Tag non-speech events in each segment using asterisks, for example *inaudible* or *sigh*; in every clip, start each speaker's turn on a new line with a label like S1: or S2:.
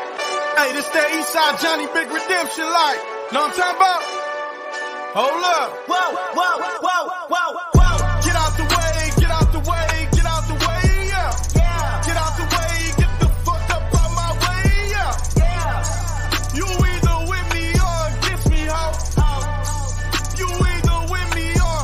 S1: Hey, this that Eastside Johnny Big Redemption like. Know what I'm talking about? Hold up. Whoa, whoa, whoa, whoa, whoa. Get out the way, get out the way, get out the way, yeah. Yeah. Get out the way, get the fuck up out my way, yeah. Yeah. You either with me or against me, ho. You either with me or.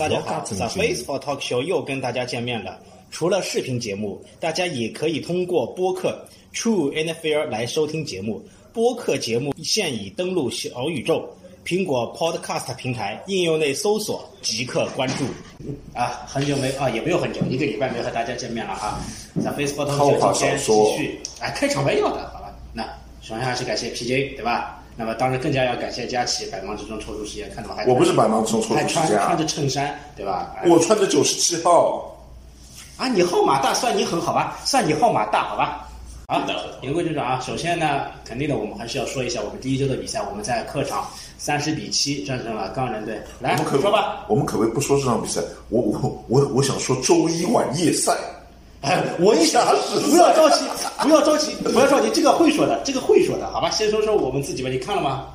S2: 大家好 s u f a c e for Talk Show 又跟大家见面了。除了视频节目，大家也可以通过播客 True NFL 来收听节目。播客节目现已登录小宇宙、苹果 Podcast 平台应用内搜索即刻关注。啊，很久没啊，也没有很久，一个礼拜没和大家见面了啊。s u f a c e for Talk
S3: 好话
S2: Show
S3: 少
S2: 今天
S3: 说
S2: 继续，哎，开场白要的，好吧？那首先还是感谢 PJ，对吧？那么当然更加要感谢佳琪，百忙之中抽出时间看到我还
S3: 我不是百忙之中抽
S2: 还
S3: 出时
S2: 穿
S3: 间
S2: 哎穿
S3: 啊
S2: 着，衬衫，对吧？哎
S3: 我穿着九十七号，
S2: 啊，你号码大，算你狠，好吧？算你号码大，好吧？好的，言归正传啊。首先呢，肯定的，我们还是要说一下我们第一周的比赛，我们在客场三十比七战胜了钢人队。来，
S3: 我们可
S2: 哎说吧。
S3: 我们可不可以不说这场比赛？我我我我想说周一晚夜赛，
S2: 哎，我一想
S3: 吓死，
S2: 不要着急，不要着急，不要着急，这个会说的，这个会说的，好吧？先说说我们自己吧，你看了吗？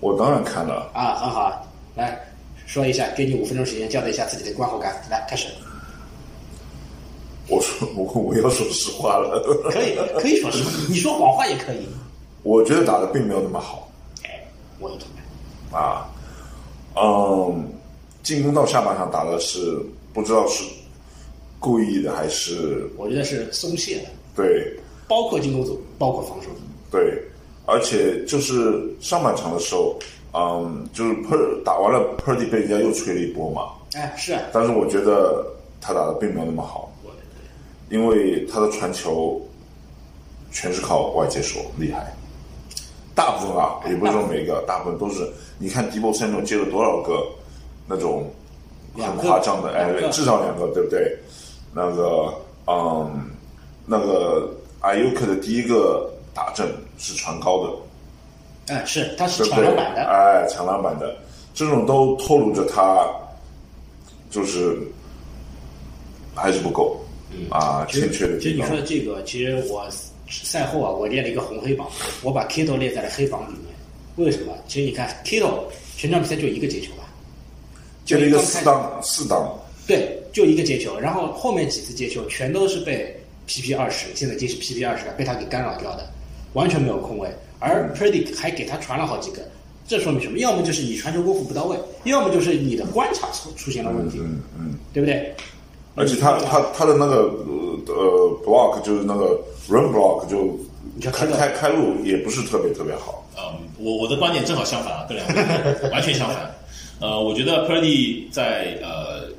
S3: 我当然看了。
S2: 啊，很好啊，来说一下，给你五分钟时间交代一下自己的观后感。来，开始，
S3: 我说 *laughs* 我我要说实话了， *laughs*
S2: 可以，可以说实话，你说谎话也可以。
S3: 我觉得打的并没有那么好
S2: 哎，我有同感。
S3: 啊，嗯，进攻到下半场打的是不知道是故意的还是
S2: 我觉得是松懈的，
S3: 对
S2: 包括进攻组，包括防守组。
S3: 对，而且就是上半场的时候，嗯，就是 Per 打完了 Purdy 被人家又吹了一波嘛，
S2: 哎，是啊，
S3: 但是我觉得他打的并没有那么好，
S2: 我
S3: 因为他的传球全是靠外接手厉害，大部分啊，也不是说每一个，大部分都是你看迪波三种接了多少个那种很
S2: 两个
S3: 夸张的，哎
S2: 两个，
S3: 至少两个，对不对？那个，嗯，那个艾尤克的第一个打阵是传高的，
S2: 哎，是，他是
S3: 对不
S2: 抢
S3: 对
S2: 篮板？的，
S3: 哎，抢篮板的，这种都透露着他就是还是不够、啊，
S2: 其实
S3: 欠缺的
S2: 嗯其实
S3: 地
S2: 你
S3: 方
S2: 说。的这个，其实我赛后啊，我列了一个红黑榜，我把 Kittle 列在了黑榜里面。为什么？其实你看 Kittle 全场比赛就一个接球吧，
S3: 接了一个
S2: 刚开
S3: 四档四档，
S2: 对，就一个接球，然后后面几次接球全都是被 PP 二十，现在已经是 PP 二十了，被他给干扰掉的，完全没有空位。而 Predy 还给他传了好几个，这说明什么？要么就是你传球功夫不到位，要么就是你的观察出出现了问题，嗯嗯，对不对？
S3: 而且
S2: 嗯
S3: 他他他的那个呃呃 block 就是那个 run block 就
S2: 你就
S3: 开
S2: 看到
S3: 开开路也不是特别特别好，
S4: 嗯，我我的观点正好相反啊，这两个完全相反。 *laughs* 呃，我觉得 Purdy 在呃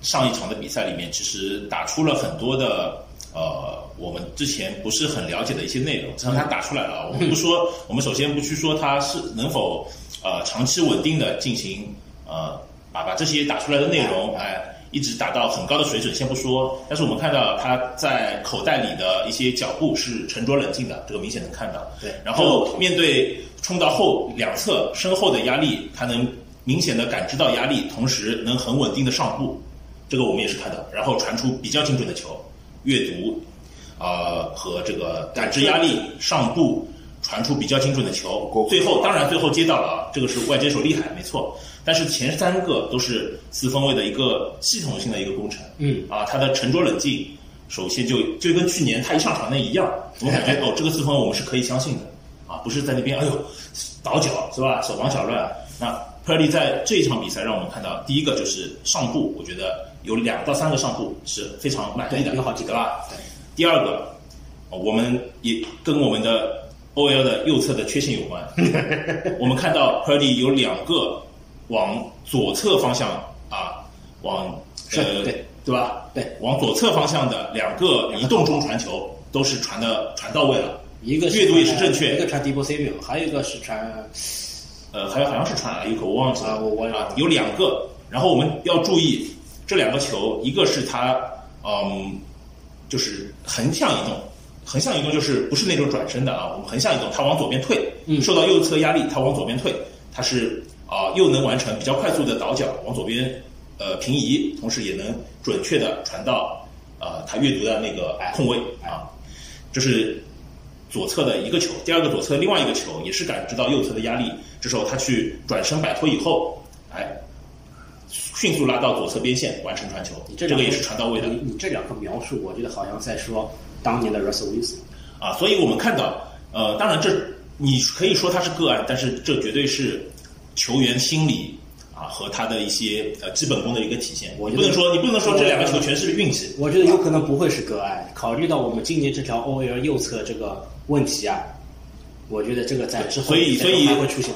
S4: 上一场的比赛里面，其实打出了很多的呃我们之前不是很了解的一些内容，只让他打出来了啊。我们不说，我们首先不去说他是能否呃长期稳定的进行呃把把这些打出来的内容哎。一直打到很高的水准，先不说，但是我们看到他在口袋里的一些脚步是沉着冷静的，这个明显能看到。
S2: 对
S4: 然后面对冲到后两侧身后的压力，他能明显的感知到压力，同时能很稳定的上步，这个我们也是看到。然后传出比较精准的球，阅读，呃和这个感知压力上步传出比较精准的球，最后当然最后接到了啊，这个是外接手厉害，没错。但是前三个都是四分卫的一个系统性的一个工程，
S2: 嗯
S4: 啊，他的沉着冷静，首先就就跟去年他一上场那一样，我们感
S2: *laughs*
S4: 觉哦，这个四分卫我们是可以相信的啊，不是在那边哎呦倒脚是吧，手忙脚乱。那 Perry 在这一场比赛让我们看到，第一个就是上步，我觉得有两到三个上步是非常满意的，
S2: 对有好几个
S4: 对吧？
S2: 对
S4: 第二个，呃我们也跟我们的 OL 的右侧的缺陷有关。我们看到 Purdy 有两个往左侧方向啊，往
S2: 是
S4: 呃
S2: 对
S4: 对吧？
S2: 对，
S4: 往左侧方向的两个移动中传球都是传的传到位了，
S2: 一个是
S4: 阅读也是
S2: 传
S4: 正确
S2: 一个传 d e b o Samuel，还有一个是传
S4: 呃，还有好像是传来一口，我忘记了。
S2: 啊我我
S4: 啊，有两个，然后我们要注意这两个球，一个是他嗯，就是横向移动，横向移动就是不是那种转身的啊，我们横向移动，他往左边退，
S2: 嗯
S4: 受到右侧压力，他往左边退，他是啊、又能完成比较快速的倒脚，往左边呃平移，同时也能哎准确的传到呃他阅读的那个空位啊，这是左侧的一个球，第二个左侧另外一个球也是感知到右侧的压力，这时候他去转身摆脱以后，哎，迅速拉到左侧边线完成传球，
S2: 你
S4: 这
S2: 两
S4: 个也是传到位的
S2: 你你这两个描述，我觉得好像在说当年的 Russell Wilson。
S4: 啊。所以我们看到，呃，当然这你可以说他是个案，但是这绝对是球员心理啊和他的一些呃基本功的一个体现。
S2: 我
S4: 你
S2: 觉
S4: 不
S2: 得
S4: 能说你不能说这两个球全是运气。
S2: 我觉得有可能不会是个案。考虑到我们今年这条 OL 右侧这个问题啊，我觉得这个在之后
S4: 所以所以
S2: 还会出现。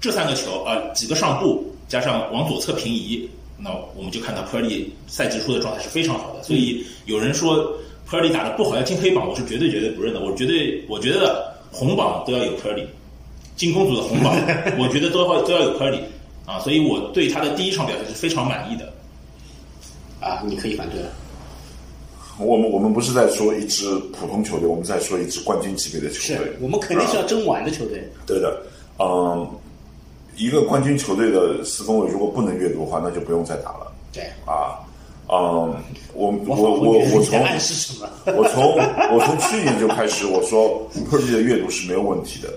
S4: 这三个球啊、呃几个上步加上往左侧平移，那我们就看到 Purdy 赛季初的状态是非常好的。所以
S3: 嗯
S4: 有人说 Purdy 打得不好要进黑榜，我是绝对绝对不认的。我绝对我觉得红榜都要有 Purdy，进攻组的红榜我觉得都要都要有 Purdy 啊，所以我对他的第一场表现是非常满意的。
S2: 啊，你可以反对了。
S3: 我们我们不是在说一支普通球队，我们在说一支冠军级别的球队
S2: 是。我们肯定是要
S3: 啊
S2: 争碗的球队。
S3: 对的，嗯，一个冠军球队的四分卫如果不能阅读的话，那就不用再打了
S2: 对，
S3: 啊。嗯，我我
S2: 仿佛
S3: 我
S2: 觉得
S3: 我
S2: 你在
S3: 从
S2: 暗示什么？
S3: 我从我从去年就开始，我说 Purdy 的阅读是没有问题的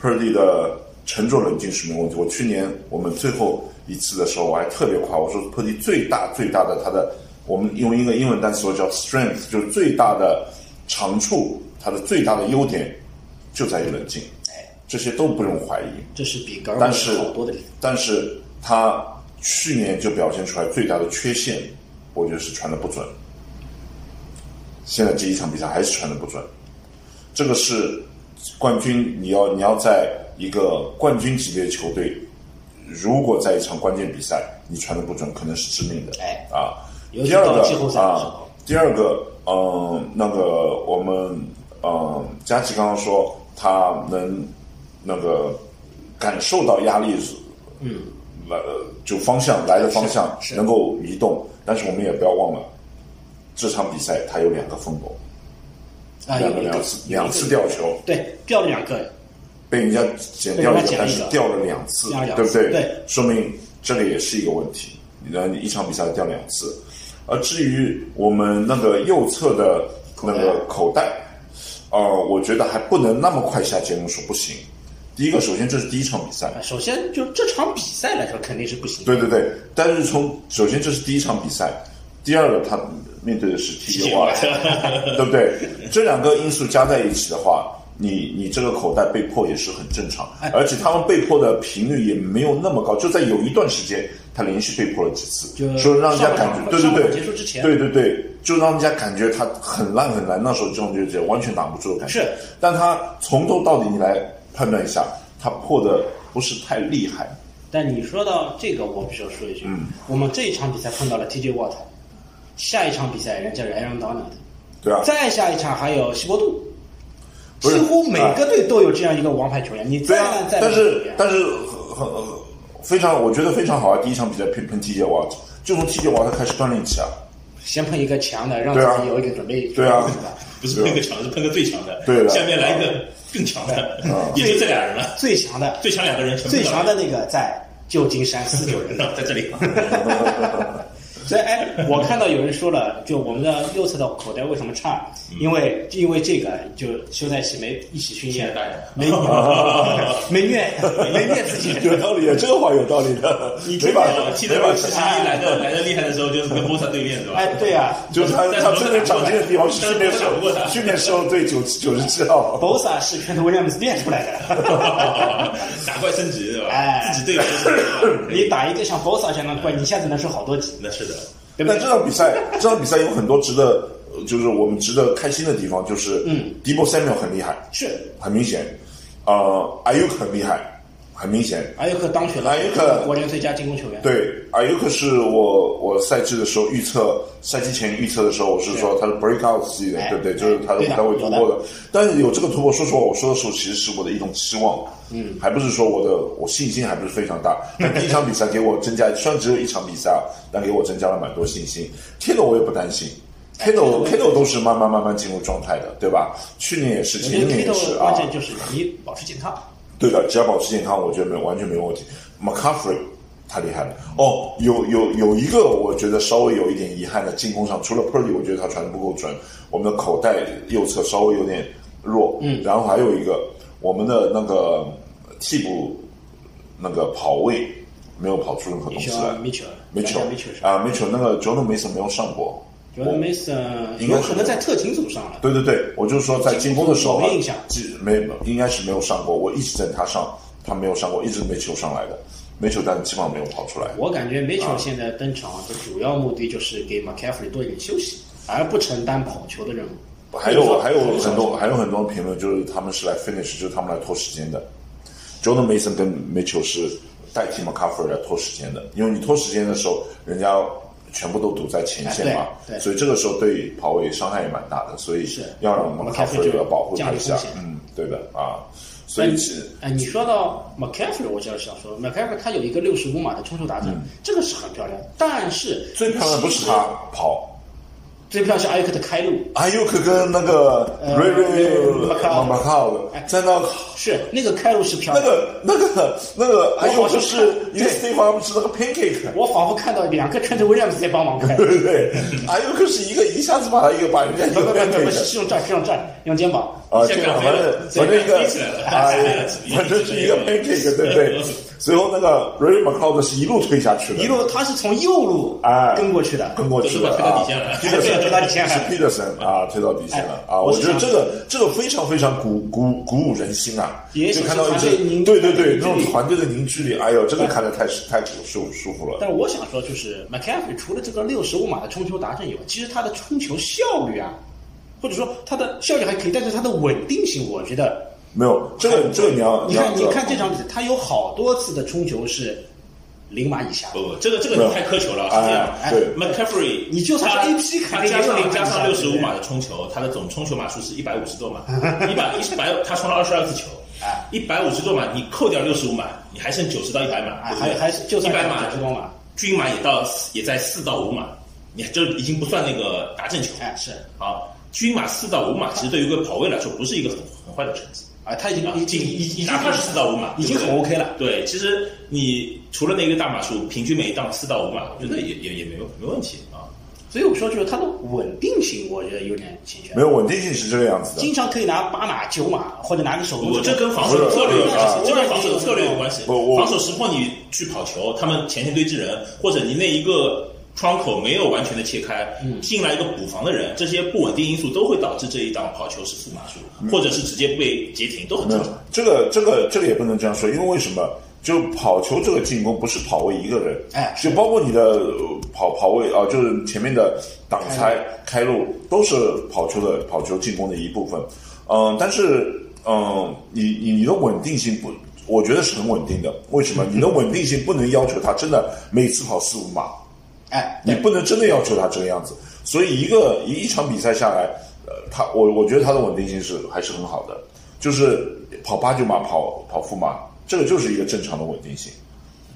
S3: ，Purdy 的沉着冷静是没有问题。我去年我们最后一次的时候，我还特别夸我说 Purdy 最大最大的他的，我们用一个英文单词我叫 strength，就是最大的长处，他的最大的优点就在于冷静，这些都不用怀疑。
S2: 这是比格尔
S3: 但是
S2: 好多的地方。
S3: 但是他去年就表现出来最大的缺陷，我觉得是传的不准。现在这一场比赛还是传的不准，这个是冠军，你要你要在一个冠军级别球队，如果在一场关键比赛你传的不准，可能是致命的。
S2: 哎
S3: 啊，
S2: 尤其
S3: 第二
S2: 到
S3: 个
S2: 季后赛的时
S3: 啊
S2: 候，
S3: 第二个，嗯、那个我们，嗯、佳琪刚刚说他能那个感受到压力，嗯，来就方向来的方向
S2: 是
S3: 能够移动，但是我们也不要忘了，这场比赛他有两个封狗，
S2: 啊，
S3: 两
S2: 有
S3: 个
S2: 一个
S3: 两次两次
S2: 掉，
S3: 吊球，
S2: 对，掉了两个，
S3: 被人家捡掉
S2: 被
S3: 一
S2: 人家
S3: 个，
S2: 捡
S3: 但
S2: 一
S3: 是
S2: 个
S3: 掉了两次
S2: 掉了，两
S3: 对不对？
S2: 次对
S3: 说明这个也是一个问题。你呢，你一场比赛掉两次，而至于我们那个右侧的那个口袋，呃，我觉得还不能那么快下结论说不行。第一个，首先这是第一场比赛，
S2: 啊首先就这场比赛来说肯定是不行的。
S3: 对对对，但是从首先这是第一场比赛，第二个他面对的是 T J Y，对不对？这两个因素加在一起的话，你你这个口袋被破也是很正常
S2: 哎，
S3: 而且他们被破的频率也没有那么高，就在有一段时间他连续被破了几
S2: 就
S3: 次，说让人家感觉对
S2: 上半场
S3: 对对，
S2: 结束之前
S3: 对对对，就让人家感觉他很烂很烂，那时候这种就觉得完全挡不住的感觉。
S2: 是，
S3: 但他从头到底你来判断一下，他破的不是太厉害，
S2: 但你说到这个，我必须要说一句，
S3: 嗯
S2: 我们这一场比赛碰到了 TJ Watt，下一场比赛人家是 Aaron Donald，
S3: 对啊。
S2: *laughs* 再下一场还有希伯杜，
S3: 不
S2: 几
S3: 是啊
S2: 乎每个队都有这样一个王牌球员。你
S3: 对
S2: 再
S3: 啊
S2: 烂，再烂
S3: 但
S2: 球
S3: 是
S2: 员
S3: 但是很很非常，我觉得非常好啊！第一场比赛喷喷 TJ 瓦，就从 TJ 瓦特开始锻炼起啊。
S2: 先碰一个强的，让
S3: 对啊
S2: 自己有一点准备。
S3: 对啊
S2: 是吧
S4: 不是喷个强的，是喷个最强的。
S3: 对的啊
S4: 下面来一个更强的，也就这俩人了。
S2: 最强的，
S4: 最强两个人全部
S2: 最强的
S4: 到
S2: 那个在旧金山四九人。
S4: 在这里。
S2: 所以，哎，我看到有人说了，就我们的右侧的口袋为什么差？
S3: 嗯
S2: 因为因为这个，就休在一起没一起训练
S4: 现代人，
S3: *laughs*
S2: 没没虐没虐自己。
S3: 有道理啊，这个话有道理的。没把
S4: 我记得
S3: 没把
S4: 我七十一来的来的厉害的时候，就是跟波萨对练，对吧？
S2: 哎，对呀、
S3: 就是他
S4: 但是
S3: 他真正长进的地方是
S4: 但
S3: 训
S4: 是
S3: 练
S4: 不
S3: 时
S4: 能打不过
S3: 候，
S4: 他
S3: 训练时候对九九十七号。
S2: Bosa 是跟着 Williams 练出来的。
S4: *laughs* 打怪升级，对吧？
S2: 哎
S4: 自己对手，
S2: *coughs* 你打一个像 Bosa 这样的怪，你一下子能出好多级，
S4: 那是的，
S2: 对不
S3: 但
S2: 对
S3: 这？场比赛，这场比赛有很多值得，呃就是我们值得开心的地方，就是嗯，迪波塞缪很厉害，
S2: 是
S3: 很明显，呃，艾尤克很厉害，很明显，
S2: 艾尤克当选了
S3: 艾尤克
S2: 国联最佳进攻球员。
S3: 对，啊，尤克是我我赛制的时候预测，赛季前预测的时候，我是说他的 breakout season，
S2: 哎
S3: 对不对？就是他
S2: 对的
S3: 他会突破
S2: 有
S3: 的。但是有这个突破，说实话，我说的时候其实是我的一种期望，嗯，还不是说我的我信心还不是非
S2: *laughs*
S3: 常大。但第一场比赛给我增加，虽然只有一场比赛啊，但给我增加了蛮多信心。天斗我也不担心。Kido
S2: 哎
S3: Kido 都是慢慢慢慢进入状态的，对吧？去年也是，
S2: 我
S3: 前
S2: 觉得
S3: 年
S2: K
S3: 也
S2: 斗
S3: 是啊
S2: 关。键就是你保持健康。
S3: 对的，只要保持健康，我觉得没有完全没有问题。McCaffrey 太厉害了哦，有有有一个我觉得稍微有一点遗憾的进攻上，除了 Purdy，我觉得他传的不够准，我们的口袋右侧稍微有点弱，嗯，然后还有一个我们的那个替补那个跑位没有跑出任何东西来，
S2: 米切尔，
S3: 没球
S2: 米切尔，
S3: 啊，没球那个 Jordan Mason 没有上过，
S2: 觉得 Mason
S3: 应该
S2: 有
S3: 是
S2: 可能在特勤组上了，
S3: 对对对，我就是说在进攻的时候啊
S2: 没印象，
S3: 记没应该是没有上过，我一直在他上，他没有上过，一直没球上来的，没球但基本上没有跑出来，
S2: 我感觉
S3: 啊
S2: Mitchell 现在登场的主要目的就是给 McCaffrey 多一点休息，而不承担跑球的任务。
S3: 还有还有很多还有很多评论就是他们是来 finish，就是他们来拖时间的。Jordan Mason 跟 Mitchell 是代替 McCaffrey 来拖时间的，因为你拖时间的时候，人家全部都堵在前线嘛
S2: 哎，对对
S3: 所以这个时候对跑位伤害也蛮大的，所以
S2: 是
S3: 要让
S2: McCaffrey
S3: 要保护
S2: 就
S3: 他一下
S2: 降低风险，
S3: 嗯，对的啊，所以其
S2: 哎，你说到 McCaffrey，我就是想说，McCaffrey 他有一个六十五码的冲球达阵，这个是很漂亮。但是
S3: 嗯最漂亮的不是他，跑，
S2: 最漂亮是埃克的开路，
S3: 阿尤克啊跟那个
S2: 呃
S3: 瑞瑞
S2: Macau
S3: 马卡在那
S2: 是那个开路是漂
S3: 那
S2: 亮。
S3: 个那个那个，哎呦，
S2: 好像
S3: 就是因为 Steve a r m 是那个 pancake，
S2: 我仿佛看到两个 Trent Williams 在帮忙开。
S3: 对不对？哎呦，可是一个一下子把他一个把人家一
S2: 不不
S3: 个
S2: 不
S3: pancake
S2: 不是 *laughs* 是用站是用站用肩膀，
S3: 啊，
S4: 现
S3: 这
S4: 在
S3: 个
S4: 搞
S3: 反
S4: 飞了
S3: 正
S4: 这
S3: 反正一个
S4: 个飞起来了
S3: 哎
S4: 飞了飞，了
S3: 反正是一个 pancake，对不对？随后那个 Ray McLeod 是一路推下去的，
S2: 一路他是从右路
S3: 哎
S2: 跟过去的，
S3: 跟过去的啊，
S4: 都
S2: 是把推到底
S3: *laughs*
S2: 线了
S3: p e t e r s o n 啊，推到底线了
S2: 哎
S3: 啊！
S2: 我
S3: 我
S2: 是
S3: 觉得
S2: 想
S3: 这个这个非常非常鼓鼓鼓舞人心啊！
S2: 也
S3: 就
S2: 许
S3: 看到
S2: 是
S3: 一支
S2: 团队凝
S3: 对对对
S2: 凝聚力
S3: 那种团队的凝聚力，哎呦，这个看着太舒太舒舒服了。
S2: 但是我想说，就是 McCaffrey 除了这个六十五码的冲球达阵以外，其实他的冲球效率啊，或者说他的效率还可以，但是他的稳定性，我觉得，
S3: 没有这个这个你要
S2: 哎你看
S3: 要
S2: 你看这场比赛，他有好多次的冲球是零码以下，
S4: 不不，这个这个太苛求了，是这样
S3: 哎。对
S4: McCaffrey，
S2: 你就算是
S4: 他
S2: AP 卡
S4: 他
S2: 丁
S4: 加上
S2: 也有
S4: 加上
S2: 零
S4: 六
S2: 下
S4: 十五码的冲球，他的总冲球码数是一百五十
S2: *laughs*
S4: 多码，一百一百他冲了二十二次球
S2: 哎，
S4: 一百五十多码，你扣掉六十五码，你还剩九十到一百码，
S2: 哎
S4: 对不对
S2: 还还是就
S4: 一
S2: 算
S4: 百码
S2: 90多码，
S4: 均码也到也在四到五码，你这已经不算那个达阵球，
S2: 哎是
S4: 啊，均码四到五码，其实对于一个跑位来说，不是一个很很坏的成绩。
S2: 啊，他已经
S4: 啊
S2: 已
S4: 已经
S2: 经
S4: 已
S2: 已
S4: 经
S2: 经
S4: 哪怕是四到五码，
S2: 已经
S4: 对不对
S2: 很 OK 了。
S4: 对，其实你除了那个大码数，平均每一档四到五码，我觉得也也也没有没问题啊。
S2: 所以我说就是他的稳定性，我觉得有点欠缺
S3: 没。有稳定性是这个样子的，
S2: 经常可以拿八码、九码，或者拿个手工
S4: 我
S2: 指
S4: 这
S2: 头
S4: 跟防守的策略有关系，这跟防守的策略有关系。
S3: 我我
S4: 防守识破你去跑球，他们前线堆积人，或者你那一个窗口没有完全的切开，进来一个补防的人，这些不稳定因素都会导致这一档跑球是负码数，或者是直接被截停，都很
S3: 没
S4: 正
S3: 有
S4: 常。
S3: 这个这个这个也不能这样说，因为为什么？就跑球这个进攻不是跑位一个人，
S2: 哎
S3: 就包括你的呃跑跑位啊、就是前面的挡拆、开路，都是跑球的跑球进攻的一部分。嗯，但是嗯，你你你的稳定性不，我觉得是很稳定的。为什么？你的稳定性不能要求他真的每次跑四五码，
S2: 哎，
S3: 你不能真的要求他这个样子。所以一个一一场比赛下来，呃，他我我觉得他的稳定性是还是很好的，就是跑八九码跑跑负码，这个就是一个正常的稳定性。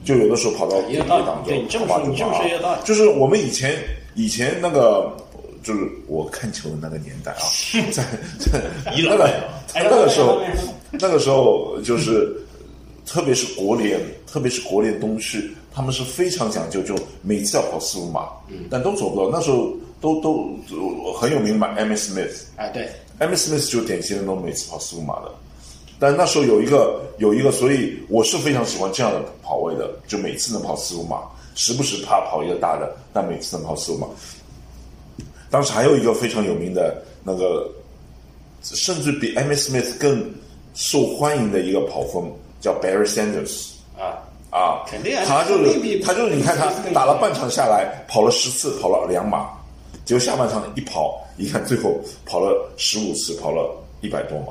S3: 就有的时候跑到
S2: 也有
S3: 第
S2: 道理
S3: 当中，
S2: 对你这么
S3: 跑八
S2: 说你
S3: 九
S2: 这么
S3: 码
S2: 说也有道理
S3: 就是我们以前以前那个。就是我看球的那个年代
S2: *laughs*
S3: 啊，在在
S4: 伊
S3: 那
S4: 朗
S3: 个
S2: 哎
S3: 那个时候
S2: 哎哎哎哎，
S3: 那个时候就是特别是国联，特别是国联东区，他们是非常讲究，就每次要跑四五码，但都走不到。那时候都都都很有名嘛，M. Smith，M.
S2: 哎，对，
S3: Smith 就典型的那种每次跑四五码的。但那时候有一个有一个，所以我是非常喜欢这样的跑位的，就每次能跑四五码，时不时怕跑一个大的，但每次能跑四五码。当时还有一个非常有名的那个，甚至比 M. Smith 更受欢迎的一个跑锋叫 Barry Sanders。
S2: 啊，
S3: 啊，
S2: 肯定啊
S3: 他就
S2: 肯定
S3: 是
S2: 比
S3: 他就是你看他
S2: 肯定
S3: 打了半场下来，跑了十次，跑了两码，结果下半场一跑，一看最后跑了十五次，跑了一百多码，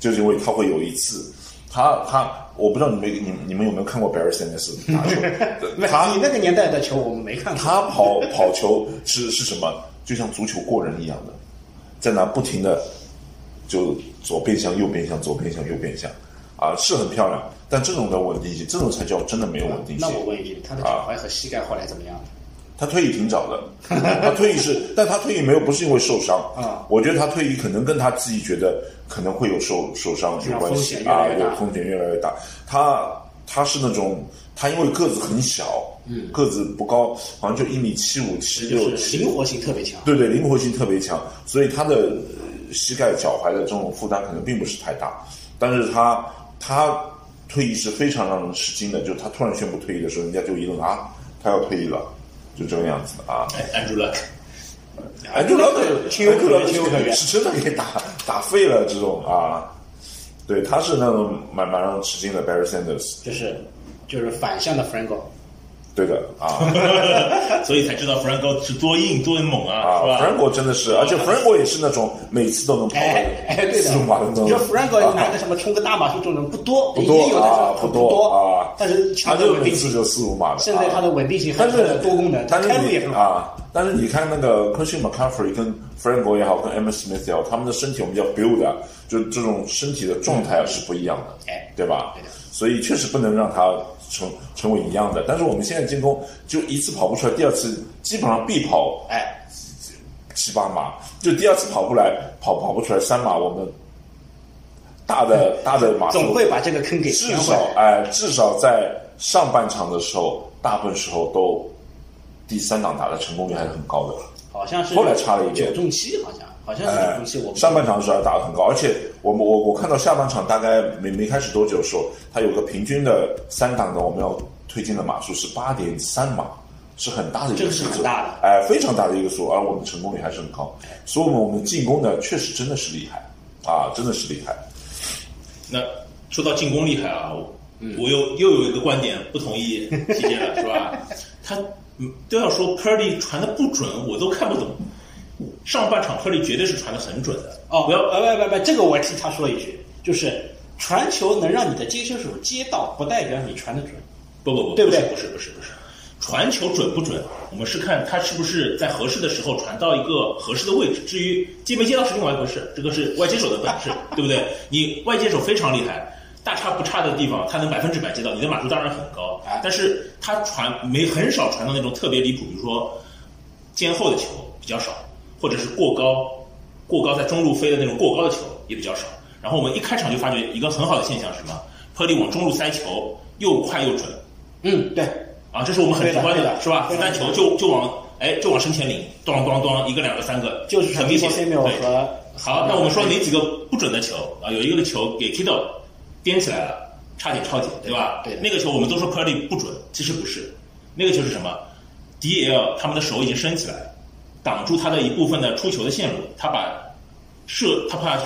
S3: 就是因为他会有一次，他他我不知道你们你们你们有没有看过 Barry Sanders 打球，他
S2: 你那个年代的球我们没看过，
S3: 他跑跑球是是什么？就像足球过人一样的，在那不停的就左边向右边向左边向右边向，啊，是很漂亮。但这种的稳定性，这种才叫真的没有稳定性
S2: 那。我问一句，他的脚
S3: 啊
S2: 踝和膝盖后来怎么样？
S3: 他退役挺早的，他退役是， *laughs* 但他退役没有不是因为受伤
S2: 啊
S3: 我觉得他退役可能跟他自己觉得可能会有受受伤有关系
S2: 风险越
S3: 啊
S2: 来，越大
S3: 有风险越来越大。他他是那种他因为个子很小，嗯，个子不高，好像就一米七五、七
S2: 就
S3: 六、
S2: 是
S3: 七
S2: 灵活性特别强，
S3: 对对，灵活性特别强，所以他的呃膝盖、脚踝的这种负担可能并不是太大，但是他他退役是非常让人吃惊的，就是他突然宣布退役的时候，人家就一愣啊，他要退役了，就这个样子的啊。
S4: Andrew Luck，
S3: 哎，就老可
S2: 情有可原情有可原
S3: *laughs* 是真的给打打废了这种啊。对，他是那种蛮蛮让人吃惊的 Barry Sanders，
S2: 就是就是反向的 Franco，
S3: 哦对的啊
S4: *laughs* 所以才知道 Franco 是多硬多猛啊，
S3: 啊
S4: 是吧
S3: ，Franco 真的是，而且 Franco 也是那种每次都能跑
S2: 哎哎，对的，
S3: 四五码的那种
S2: 你说 Franco
S3: 啊
S2: 拿个什么冲个大马术这种不多，
S3: 不多
S2: 也有
S3: 啊
S2: 的，
S3: 不
S2: 多
S3: 多啊，
S2: 但是球
S3: 他
S2: 队
S3: 就
S2: 稳
S3: 每
S2: 定
S3: 次
S2: 性，
S3: 就四五码的。
S2: 现在他的
S3: 啊
S2: 稳定性
S3: 但
S2: 很
S3: 是
S2: 多功能，
S3: 但是
S2: 开路
S3: 你
S2: 也很好。
S3: 啊，但是你看那个 Christian McCaffrey 跟 Franco 也好，跟 Emmitt Smith 也好，他们的身体我们叫 build，啊就这种身体的状态啊是不一样的
S2: 嗯哎，
S3: 对吧
S2: 对的？
S3: 所以确实不能让他成成为一样的。但是我们现在进攻就一次跑不出来，第二次基本上必跑
S2: 哎，
S3: 七八码，就第二次跑不来，跑跑不出来三码，我们大的大的码数
S2: 总会把这个坑给
S3: 至
S2: 填回
S3: 少
S2: 来。
S3: 哎、至少在上半场的时候，大部分时候都第三档打的成功率还是很高的。
S2: 好像是
S3: 后来差了一
S2: 九
S3: 点
S2: 中七，好像好像是九
S3: 哎
S2: 中七，我，不
S3: 上半场的时候还打得很高，而且我们我我看到下半场大概没没开始多久的时候，他有个平均的三档的我们要推进的码数是八点三码，是很大的一
S2: 这
S3: 个
S2: 个是
S3: 数
S2: 很
S3: 字，
S2: 大的
S3: 哎，非常大的一个数，而我们成功率还是很高，所以我们我们进攻呢确实真的是厉害啊，真的是厉害，
S4: 那说到进攻厉害啊，我
S3: 嗯
S4: 我又又有一个观点不同意
S3: *laughs*
S4: TJ 了，是吧？他嗯都要说 Purdy 传的不准，我都看不懂。上半场 Purdy 绝对是传的很准的，
S2: 哦，
S4: 不要
S2: 不不不不，这个我替他说一句，就是传球能让你的接球手接到，不代表你传的准。
S4: 不不不，
S2: 对不
S4: 不是
S2: 对
S4: 不是不是不是，传球准不准，我们是看他是不是在合适的时候传到一个合适的位置。至于接没接到是另外一回事，这个是外接手的本
S2: *laughs*
S4: 事，对不对？你外接手非常厉害，大差不差的地方他能百分之百接到，你的码数当然很高
S2: 哎，
S4: 但是他传没很少传到那种特别离谱，比如说肩后的球比较少，或者是过高、过高在中路飞的那种过高的球也比较少。然后我们一开场就发觉一个很好的现象是什么？特利往中路塞球，又快又准
S2: 嗯，对，
S4: 啊，这是我们很直观
S2: 对
S4: 的
S2: 的，
S4: 是吧？
S2: 对的
S4: 塞球就就往哎就往身前领，咣咣咣，一个两个三个，
S2: 就是传
S4: 很明显。
S2: Debo Samuel
S4: 对
S2: 和呃
S4: 好，那我们说哪几个不准的球啊？有一个球给 Kido 颠起来了，差点超级，对吧？
S2: 对的
S4: 那个球我们都说 Purdy 不准，其实不是，那个球是什么？DL 他们的手已经伸起来了，挡住他的一部分的出球的线路，他把射他怕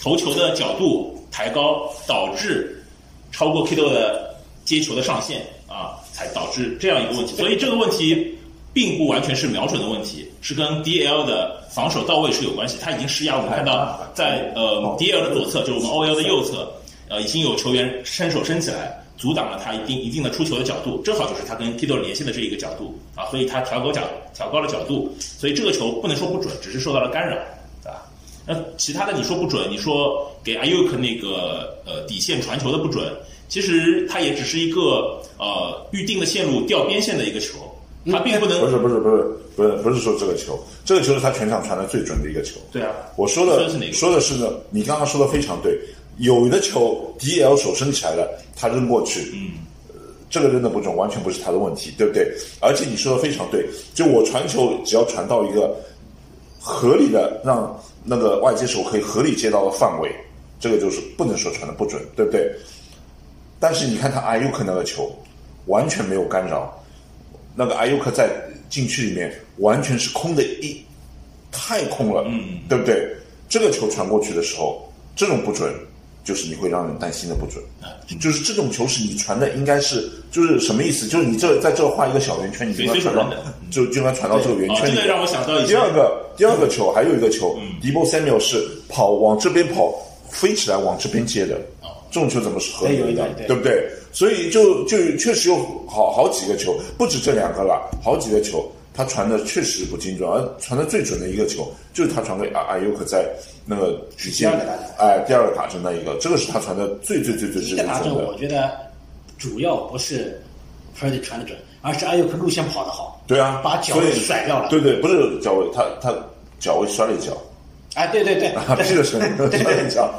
S4: 投球的角度抬高，导致超过 Kido 的接球的上限啊，才导致这样一个问题。所以这个问题并不完全是瞄准的问题，是跟 DL 的防守到位是有关系。他已经施压，我们看到在呃 DL 的左侧，就是我们 OL 的右侧，呃，已经有球员伸手伸起来。阻挡了他一定一定的出球的角度，正好就是他跟 Kido 联系的这一个角度啊，所以他调高角调高了角度，所以这个球不能说不准，只是受到了干扰，对吧？那其他的你说不准，你说给 Ayuk 那个呃底线传球的不准，其实它也只是一个呃预定的线路掉边线的一个球，
S3: 嗯
S4: 它并不
S3: 不
S4: 能
S3: 是不是不是不是不是说这个球，这个球是他全场传的最准的一个球，
S4: 对啊
S3: 我说
S4: 说
S3: 的
S4: 的是哪个
S3: 说的是呢，你刚刚说的非常对，有的球 DL 手伸起来了，他扔过去，嗯，这个扔的不准，完全不是他的问题，对不对？而且你说的非常对，就我传球只要传到一个合理的让那个外接手可以合理接到的范围，这个就是不能说传的不准，对不对？但是你看他 IU 克那个球完全没有干扰，那个 IU 克在禁区里面完全是空的一太空了，嗯，对不对？这个球传过去的时候，这种不准，就是你会让人担心的不准，就是这种球是你传的应该是就是什么意思？就是你这在这画一个小圆圈，你就应该
S4: 随随手
S3: 传到
S4: 扔的，
S3: 就就应该传到这个圆
S4: 啊，
S3: 圈
S4: 这
S3: 里
S4: 个让我想到以
S3: 第
S4: 前
S3: 二个第二个球还有一个球，迪波 Samuel 是跑往这边跑，飞起来往这边接的，这种球怎么是合
S2: 嗯
S3: 理
S2: 哎有一
S3: 的
S2: 点？对
S3: 对不对？所以就就确实有好好几个球，不止这两个了，好几个球。他传的确实不精准，而传的最准的一个球就是他传给阿阿尤克在那个底线
S2: 第二个打针，
S3: 哎，第二个打针那一个，这个是他传的最最最
S2: 第
S3: 最
S2: 一个
S3: 最最
S2: 打
S3: 准
S2: 准，我
S3: 的。
S2: 觉得主要不是 Purdy 传的准，而是阿尤克路线跑得好。
S3: 对啊，
S2: 把脚
S3: 所以
S2: 甩掉了
S3: 对对，不是脚位，他他脚位摔了一脚，
S2: 啊，对对
S3: *laughs*
S2: 对，
S3: 啊，屁的声
S2: *laughs*
S3: 音，这样讲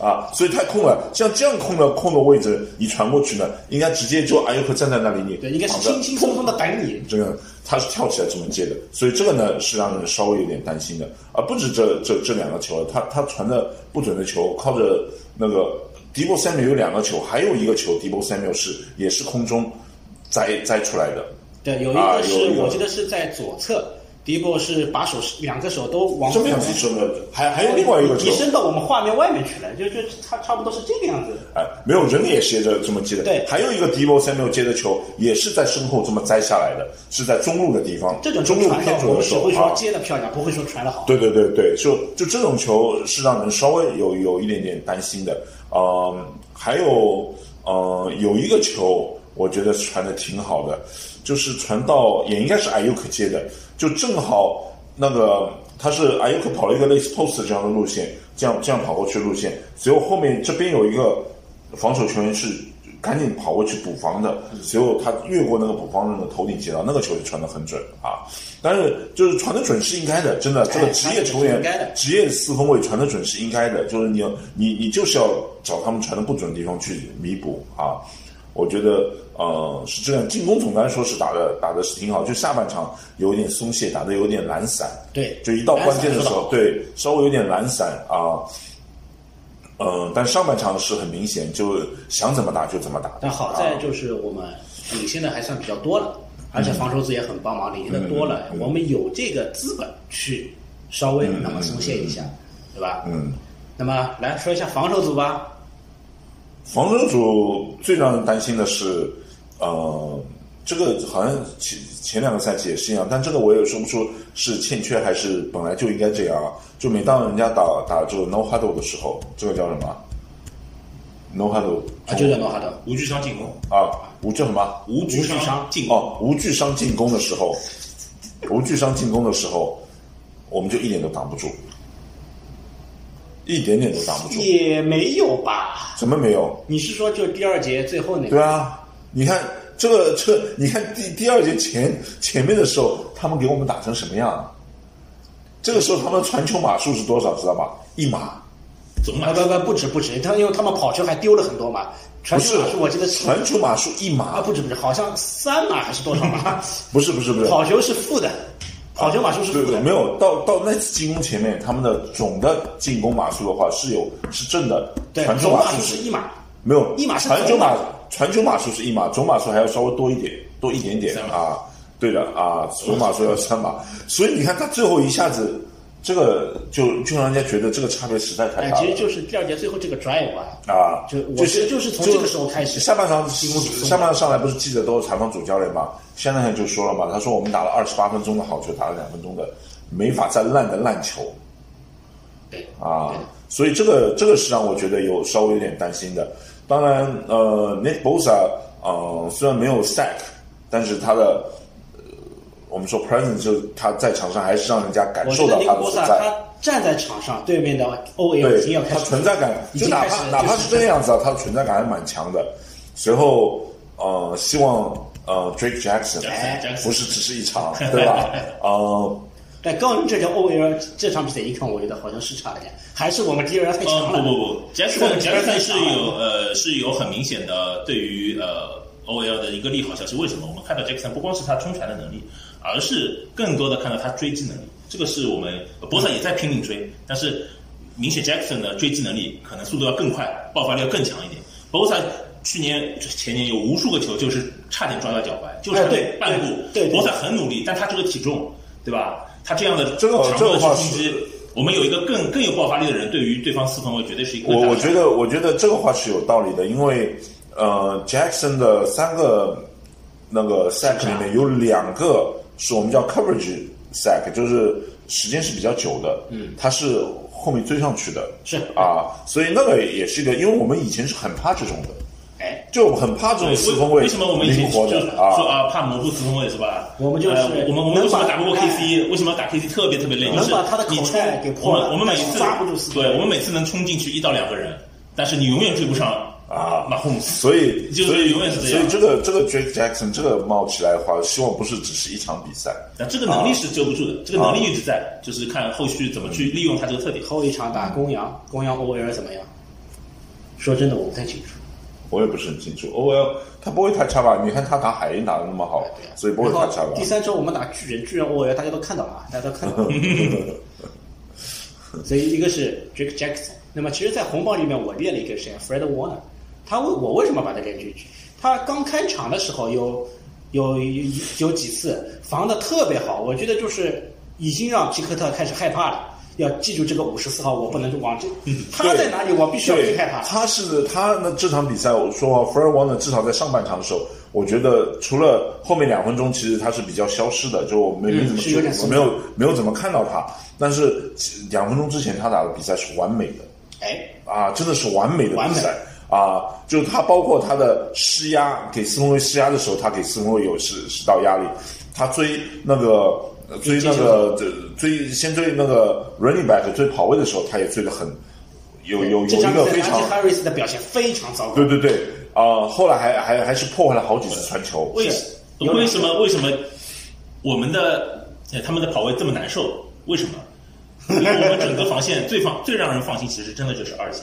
S3: 啊，所以太空了，像这样空的空的位置，你传过去呢，应该直接就阿尤克站在那里，你
S2: 对，应该是
S3: 躺着
S2: 轻轻松松的等你。
S3: 这个他是跳起来这么接的，所以这个呢是让人稍微有点担心的。而不止这这这两个球，他他传的不准的球，靠着那个迪波塞缪有两个球，还有一个球迪波塞缪是也是空中摘摘出来的，
S2: 对，有一
S3: 啊
S2: 个
S3: 有
S2: 是
S3: 有
S2: 我记得是在左侧，迪波是把手是两个手都往
S3: 这么样子说呢，还还有另外一个球
S2: 提，升到我们画面外面去了，就就差差不多是这个样子。
S3: 哎，没有人也接着这么接的。
S2: 对
S3: 还有一个迪波塞缪接的球也是在身后这么摘下来的，是在中路的地方，
S2: 这种
S3: 中
S2: 球
S3: 路
S2: 传
S3: 偏
S2: 的，
S3: 左
S2: 我
S3: 的
S2: 们
S3: 时
S2: 只
S3: 候
S2: 会说
S3: 啊。
S2: 接的漂亮，不会说传的好。
S3: 对对对对，就就这种球是让人稍微有有一点点担心的。嗯，还有呃，有一个球我觉得传的挺好的，就是传到也应该是艾尤克接的，就正好那个他是艾尤克跑了一个类似 post 这样的路线，这样这样跑过去的路线，结果后面这边有一个防守球员是赶紧跑过去补防的，随后他越过那个补防人的头顶接到，那个球就传得很准啊。但是就是传得准是应该的，真的，这个职业球员
S2: 传得准是应该的、
S3: 职业四分卫传得准是应该的，就是你要你你就是要找他们传得不准的地方去弥补啊。我觉得呃是这样，进攻总的来说是打的打的是挺好，就下半场有一点松懈，打的有点懒散，
S2: 对
S3: 就一到关键的时
S2: 懒散说得
S3: 候，对，稍微有点懒散啊。嗯，但上半场是很明显，就想怎么打就怎么打。啊
S2: 但好在就是我们领先的还算比较多了，而且防守组也很帮忙，领先的
S3: 嗯
S2: 多了，我们有这个资本去稍微那么松懈一下，对吧？
S3: 嗯，
S2: 那么来说一下防守组吧。
S3: 防守组最让人担心的是，呃，这个好像前前两个赛季也是一样，但这个我也说不出是欠缺还是本来就应该这样啊。就每当人家打打这个 no huddle 的时候，这个叫什么？no huddle
S2: 啊，就叫诺哈德，
S4: 无惧伤进攻，
S3: 啊，无叫什么？
S4: 无惧伤进攻，
S3: 哦，无惧伤进攻的时候，无惧伤进攻的时候，我们就一点都挡不住，一点点都挡不住。
S2: 也没有吧？
S3: 怎么没有？
S2: 你是说就第二节最后那
S3: 对
S2: 个？
S3: 啊，你看这个这个，你看第第二节前前面的时候，他们给我们打成什么样啊？这个时候他们传球码数是多少？知道吧？一码。
S4: 总
S2: 啊
S4: 满
S2: 不不不止不止，他因为他们跑球还丢了很多嘛，
S3: 不
S2: 传
S3: 是
S2: 球码数我记得是
S3: 传球码数一
S2: 啊
S3: 码，
S2: 不止不止，好像三码还是多少
S3: *laughs*
S2: 码？
S3: 不是不是不是，
S2: 跑球是负的，跑球码数是
S3: 对
S2: 负
S3: 对，
S2: 的，
S3: 没有到到那次进攻前面，他们的总的进攻码数的话是有是正的，
S2: 对
S3: 传，球
S2: 总
S3: 码
S2: 码
S3: 数
S2: 数是一码。
S3: 没有
S2: 一码是
S3: 传球
S2: 总码
S3: 码，传球码数是一码，总码数还要稍微多一点，多一点点
S4: 三码
S3: 啊。对的啊，总码数要三码，所以你看他最后一下子，这个就就让人家觉得这个差别实在太
S2: 哎，
S3: 大
S2: 其
S3: 了
S2: 实就是第二节最后这个 drive 啊，
S3: 啊！
S2: 就我
S3: 就是
S2: 就是从这个时候开始
S3: 下半场进攻，下半场上来不是记者都是采访主教练嘛，现在就说了嘛，他说我们打了二十八分钟的好球，打了两分钟的，没法再烂的烂球，
S2: 对
S3: 啊，所以这个这个是让我觉得有稍微有点担心的。当然，呃，Nick Bosa，呃，虽然没有 sack，但是他的、呃我们说 presence 就是他在场上还是让人家感
S2: 我觉
S3: 受
S2: 得
S3: 到
S2: 那
S3: 他
S2: 个
S3: 的
S2: 博
S3: 存
S2: 萨他
S3: 在，
S2: 站在场上，对面的 OL 已经
S3: 对
S2: 要开
S3: 他
S2: 始
S3: 存在感，
S2: 已
S3: 就
S2: 经
S3: 哪
S2: 开始
S3: 怕哪怕是
S2: 就
S3: 这个样子啊，他的存在感还蛮强的。随后，呃，希望呃 Drake Jackson
S4: 哎 Jackson
S3: 不是只是一场，对吧？呃，
S2: 但高人这条 OL 这场比赛一看，我觉得好像是差了点，还是我们敌人太强
S4: 呃，
S3: 哦
S2: 了。
S4: 不不不，杰
S2: 我
S4: 森
S2: 们
S4: 杰
S2: 觉得
S4: 森
S2: 太
S4: 是
S2: 强了
S4: 有呃是有很明显的对于呃 OL 的一个利好消息。为什么？我们看到杰森不光是他冲传的能力，而是更多的看到他追击能力。这个是我们呃博萨也在拼命追，但是明显杰森的追击能力可能速度要更快，爆发力要更强一点。博萨去年前年有无数个球就是差点抓到脚踝，就差
S2: 哎
S4: 点
S2: 对
S4: 半步。
S2: 对对对
S4: 博萨很努力，但他这个体重，对吧？他这样的
S3: 这个
S4: 强
S3: 这
S4: 迫
S3: 个
S4: 的
S3: 话
S4: 冲击
S3: 是。
S4: 我们有一个更更有爆发力的人，对于对方四分卫绝对是一个
S3: 我
S4: 更大的
S3: 我觉得，我觉得这个话是有道理的，因为呃，Jackson 的三个那个 sack 里面有两个是我们叫 coverage sack，就是时间是比较久的，嗯，他是后面追上去的，
S2: 是
S3: 啊，所以那个也是一个，因为我们以前是很怕这种的，
S2: 哎，
S3: 就很怕这种
S4: 为
S3: 四分卫
S4: 为什么我们以
S3: 灵
S4: 前
S3: 活
S4: 就
S3: 的
S4: 是
S3: 啊，
S4: 说啊怕魔术四分卫是吧？
S2: 我们就是
S4: 呃我们我们为什么
S2: 能把
S4: 打不过 KC？为什么要打 KC 特别特别累？
S2: 能
S4: 就是
S2: 把他的口
S4: 你冲
S2: 袋给破了
S4: 我们我们每
S2: 但
S4: 次
S2: 是抓不住四分
S4: 对，我们每次能冲进去一到两个人，但是你永远追不上
S3: 啊，
S4: 马洪斯，
S3: 所以
S4: 就是
S3: 所以
S4: 永远是这
S3: 所
S4: 样
S3: 以这个这个 Drake Jackson 这个冒起来的话，希望不是只是一场比赛。
S4: 那这个能力是遮不住的，这个能力一直在，就是看后续怎么去利用他这个特点。
S2: 后一场打公羊，公羊 OL 怎么样？说真的，我不太清楚。
S3: 我也不是很清楚。OL 他不会太差吧？你看他打海鹰打的那么好，所以不会
S2: 然
S3: 太啊
S2: 后
S3: 差吧
S2: 第？三周我们打巨人，巨人 OL 大家都看到了
S3: *laughs*
S2: 啊，大家都看到了。所以一个是 Drake Jackson，那么其实，在红包里面我列了一个谁啊，Fred Warner，他为我为什么把他列进去？他刚开场的时候有有有有几次防的特别好，我觉得就是已经让吉克特开始害怕了。要记住这个五十四号，我不能往这，他在哪里，我必须要去
S3: 嗯对
S2: 害怕，。
S3: 他是他那这场比赛，我说啊 f r e d Warner 至少在上半场的时候，我觉得除了后面两分钟，其实他是比较消失的，就我没没
S2: 嗯
S3: 怎么
S2: 是有点
S3: 就没有没有怎么看到他。但是其两分钟之前他打的比赛是完美的，
S2: 哎，
S3: 啊，真的是完美的
S2: 完
S3: 比
S2: 美
S3: 赛啊！就是他包括他的施压，给斯文威施压的时候，他给斯文威有施施到压力，他追那个呃追那个呃追先追那个 running back 追跑位的时候，他也追得很有有有
S2: 这
S3: 一
S2: 场比
S3: 个
S2: 赛
S3: 非常
S2: Najee Harris 的表现非常糟糕
S3: 对。对对啊、后来还还还是破坏了好几次传球，
S4: 为
S2: 是有
S4: 为
S2: 两
S4: 什么为什么我们的呃他们的跑位这么难受？为什么？因为我们整个防线最放最让人放心，其实真的就是二级，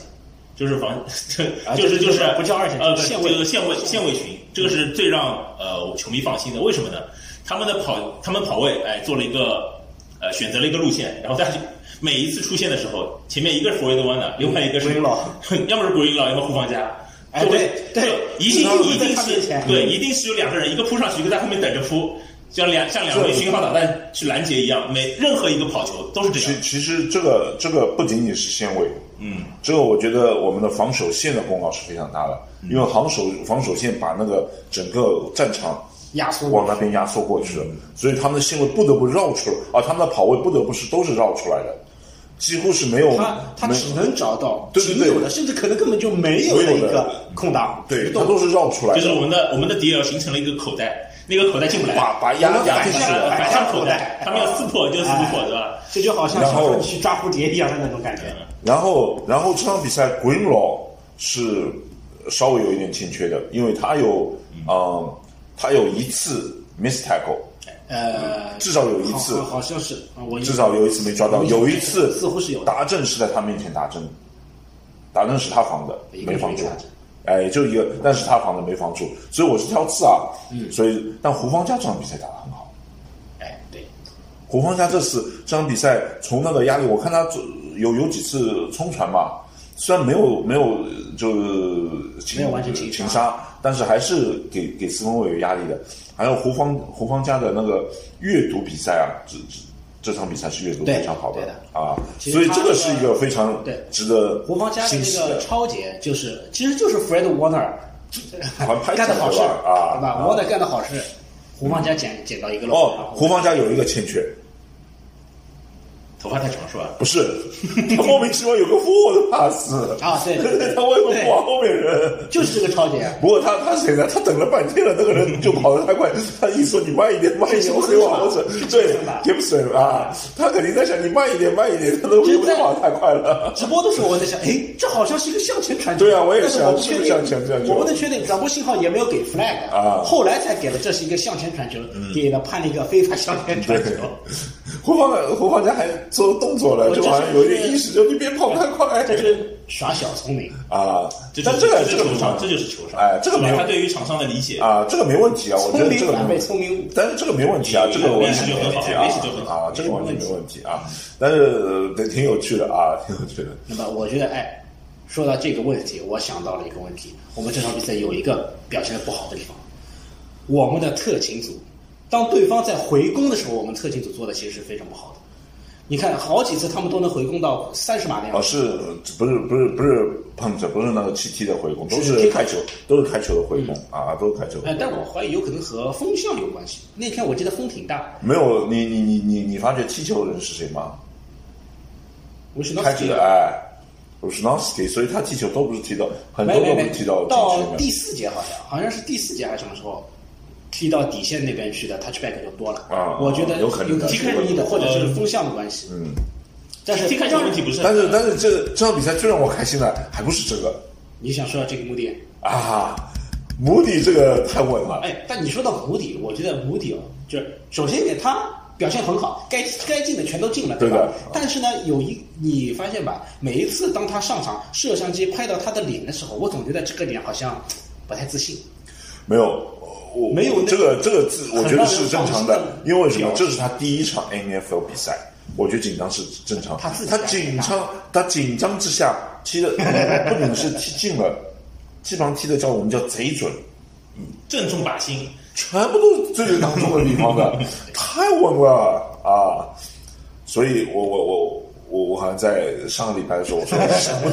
S4: 就是防这
S2: 啊
S4: *laughs* 就是
S2: 这
S4: 就是
S2: 不叫二级
S4: 呃
S2: 线
S4: 这
S2: 位嗯
S4: 个线位线位群，这个是最让呃球迷放心的。为什么呢？他们的跑他们跑位哎做了一个呃选择了一个路线，然后大家每一次出现的时候，前面一个是 Ford One
S2: 嗯
S4: 的，另外一个是
S2: Greenlaw
S4: *laughs* 要么是 Greenlaw，要么护防家。
S2: 哎
S4: 就会
S2: 对对
S4: 一定
S2: 然后
S4: 一定
S2: 在他面
S4: 是
S2: 前
S4: 对，一定是有两个人，一个扑上去，一个在后面等着扑，像两像两枚
S3: 是
S4: 巡航导弹去拦截一样，每任何一个跑球都是这
S3: 其
S4: 样。
S3: 其实这个这个不仅仅是线位，
S4: 嗯，
S3: 这个我觉得我们的防守线的功劳是非常大的，因为防守防守线把那个整个战场
S2: 压缩
S3: 往那边压缩过去了，所以他们的线位不得不绕出来，啊，他们的跑位不得不是都是绕出来的，几乎是没有
S2: 他他
S3: 没
S2: 只能找到
S3: 对对
S2: 仅
S3: 对
S2: 有的，甚至可能根本就没有的一
S3: 没有
S2: 个
S3: 的
S2: 空档
S3: 对，
S2: 移
S3: 他
S2: 动
S3: 都是绕出来
S4: 就是
S3: 的，
S4: 我们的我们的敌人形成了一个口袋，那个口袋进不来，
S3: 把把压
S2: 我们
S3: 压
S4: 反
S3: 进
S2: 进
S3: 去
S2: 去
S3: 了
S2: 了。
S4: 反向口
S2: 口
S4: 袋
S2: 袋，
S4: 他们要撕破就撕破，对
S3: 哎
S4: 吧？
S2: 这就好像
S3: 然
S2: 小
S3: 后
S2: 时候你去抓蝴蝶一样的那种感觉。
S3: 然后，然后这场比赛 Greenlaw 是稍微有一点欠缺的，因为他有，嗯、他有一次 miss tackle，
S2: 呃，
S3: 至少有一次
S2: 好好好像是啊我
S3: 至少有一次没抓到，有一次
S2: 似乎是有的
S3: 达阵是在他面前达阵，达阵是他防的，
S2: 一个
S3: 没防住
S2: 是达阵。
S3: 哎，就一个，但是他防的没防住，所以我是挑刺啊。嗯，所以但胡方家这场比赛打得很好，
S2: 哎对，
S3: 胡方家这次这场比赛从那个压力，我看他有有几次冲传嘛，虽然没有没有呃就是擒
S2: 没有完成擒杀
S3: 擒杀，但是还是给给四分卫有压力的。还有胡方胡方家的那个阅读比赛啊，这这这场比赛是阅读
S2: 对
S3: 非常好
S2: 对的
S3: 啊，
S2: 其
S3: 所
S2: 实
S3: 以
S2: 他
S3: 这个
S2: 这个
S3: 是一个非常
S2: 对
S3: 值得
S2: 胡方家的
S3: 欣喜
S2: 那
S3: 的
S2: 个超节就是，其实就是 Fred Warner
S3: 好像拍起来
S2: 干的好事
S3: 对吧啊
S2: 对吧
S3: 啊
S2: ？Warner 干的好事，胡方家捡捡到一个漏。然
S3: 哦
S2: 后，
S3: 胡方家有一个欠缺，
S4: 头发太长是吧？
S3: 不是他莫名其妙有个 forward pass
S2: 啊对对对
S3: *laughs* 他为什么
S2: 对
S3: 不往后面扔？
S2: 就是这个超啊节。
S3: 不过他他谁呢？他等了半天了，那个人就跑得太快，他一说你慢一点，慢一点，我可以往后走。对 Gibson 啊，他肯定在想你慢一点，慢一点，他都
S2: 真在
S3: 跑得太快了。
S2: 直播的时候我在想，哎，这好像是一个向前传球。
S3: 对啊我也
S2: 但是
S3: 想
S2: 我不
S3: 是
S2: 确
S3: 不
S2: 定，
S3: 是向前传球
S2: 我不能确定转播信号也没有给 flag
S3: 啊嗯
S2: 后来才给了这是一个向前传球，给了判了一个非法向前传球。
S3: 胡方胡方家还做动作了，
S2: 我
S3: 就
S2: 这
S3: 好像有点
S2: 是
S3: 意识，就你别跑太快。
S2: 这就是耍小聪明，
S3: 啊，
S4: 这就
S3: 但
S4: 是
S3: 这个
S4: 这
S3: 这
S4: 就
S3: 个
S4: 是
S3: 不
S4: 球商，
S3: 常
S4: 这就是球商。
S3: 哎这个
S4: 是吧
S3: 没有
S4: 他对于场上的理解，
S3: 啊，这个没问题啊，我
S2: 聪
S3: 觉得
S2: 明
S3: 这个
S2: 反被
S3: 没问题。
S2: 聪明误。
S3: 但是这个没问题啊，这个完全没问题啊
S4: 练习就很好
S3: 啊，这个完全没问题啊，但是呃挺有趣的啊，挺有趣的。
S2: 那么我觉得，哎，说到这个问题，我想到了一个问题，我们这场比赛有一个表现的不好的地方，我们的特勤组，当对方在回攻的时候，我们特勤组做的其实是非常不好的。你看，好几次他们都能回攻到三十码内
S3: 哦，
S2: 外，
S3: 是不是不是不是碰着，不是那个气踢的回攻，都是
S2: 是
S3: 开球，都是开球的回攻、啊，都是开球的
S2: 哎
S3: 回，
S2: 但
S3: 攻。
S2: 我怀疑有可能和风向有关系。那天我记得风挺大，
S3: 没有你你你你你发觉踢球的人是谁吗？
S2: 我是能
S3: 开球的哎，我是 n o s k i 所以他踢球都不是踢到很
S2: 没
S3: 多都
S2: 没
S3: 不
S2: 没
S3: 是踢到禁
S2: 到
S3: 区
S2: 第四节好像好像是第四节还是什么时候，踢到底线那边去的 touchback 就多了。
S3: 啊
S2: 我觉得
S3: 有可能的
S2: 是故意的，或者是风向的关系。嗯，但是
S4: 踢开球问题不是很
S3: 但
S4: 大，
S3: 是但是这这场比赛最让我开心的还不是这个，
S2: 你想说到这个目的？
S3: 啊，母底这个太稳了，
S2: 哎，但你说到姆迪，我觉得姆迪哦，就是首先给他表现很好，该该进的全都进了，吧？
S3: 对的
S2: 但是呢，有一你发现吧，每一次当他上场，摄像机拍到他的脸的时候，我总觉得这个脸好像不太自信。
S3: 没有，我
S2: 没有那
S3: 这个这个字，我觉得是正常
S2: 很让人
S3: 的
S2: 放，心
S3: 因为什么
S2: 表？
S3: 这是他第一场 N F L 比赛，我觉得紧张是正常。
S2: 他自己
S3: 他
S2: 来
S3: 紧张，他紧张之下踢的不仅是踢进了，基本上踢的叫我们叫贼准，
S4: 正中靶心。
S3: 全部都是最最当中的地方
S4: *laughs*
S3: 的，太稳了啊！所以我我我我我好像在上个礼拜的时候，
S4: *laughs*
S3: 我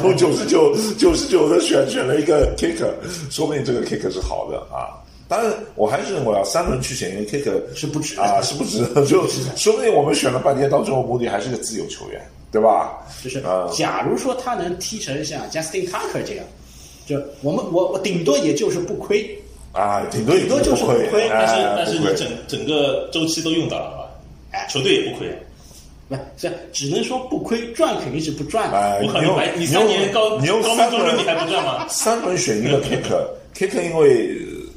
S3: 说我用九十九九十九的选选了一个 kicker，说不定这个 kicker 是好的啊。当然，我还是认为啊，三轮去选一个 kicker
S2: 是不值的
S4: *laughs*
S3: 啊，是不值的。就说不定我们选了半天，到最后目的还是个自由球员，对吧？
S2: 就是
S3: 啊，
S2: 假如说他能踢成像 Justin Tucker 这样，就我们我我顶多也就是不亏，
S3: 啊，顶多也
S2: 顶多就是
S3: 不
S2: 不亏
S4: 但是
S3: 哎
S4: 但是
S3: 不
S4: 你
S3: 亏
S4: 整整个周期都用到了，好吧？
S2: 哎
S4: 球队也不亏。
S2: 不是只能说不亏，赚肯定是不赚的。
S3: 哎，
S4: 我靠，
S3: 你
S4: 你
S3: 用
S4: 白你
S3: 用
S4: 三年高
S3: 你用
S4: 高
S3: 三
S4: 中中
S3: 轮
S4: 你还不赚吗？
S3: 三轮选一个 kicker，kicker 因为呃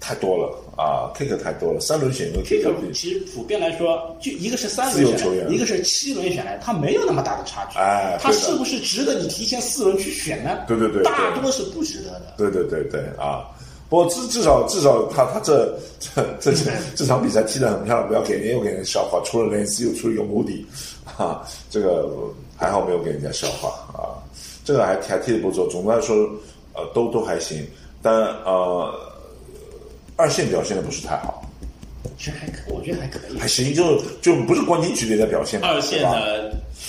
S3: 太多了啊，kicker 太多了，三轮选一个
S2: 这个
S3: kicker 比
S2: 其实普遍来说，就一个是三
S3: 自由
S2: 轮
S3: 球
S2: 选
S3: 员
S2: 来，一个是七轮选来，它没有那么大的差距。
S3: 哎
S2: 它
S3: 对的
S2: 是不是值得你提前四轮去选呢？
S3: 对对对对
S2: 大多是不值得的。
S3: 对对对对啊。不过至至少至少他他这这这这这场比赛踢得很漂亮，不要给人又给人笑话，除了连斯又出一个母底，哈、啊，这个还好没有给人家笑话啊，这个还还踢得不错。总的来说，呃，都都还行，但呃，二线表现的不是太好，
S2: 其实还可，我觉得还可以
S3: 还。行，就就不是冠军级别的表现嘛，
S4: 二线
S3: 对吧
S4: 呢，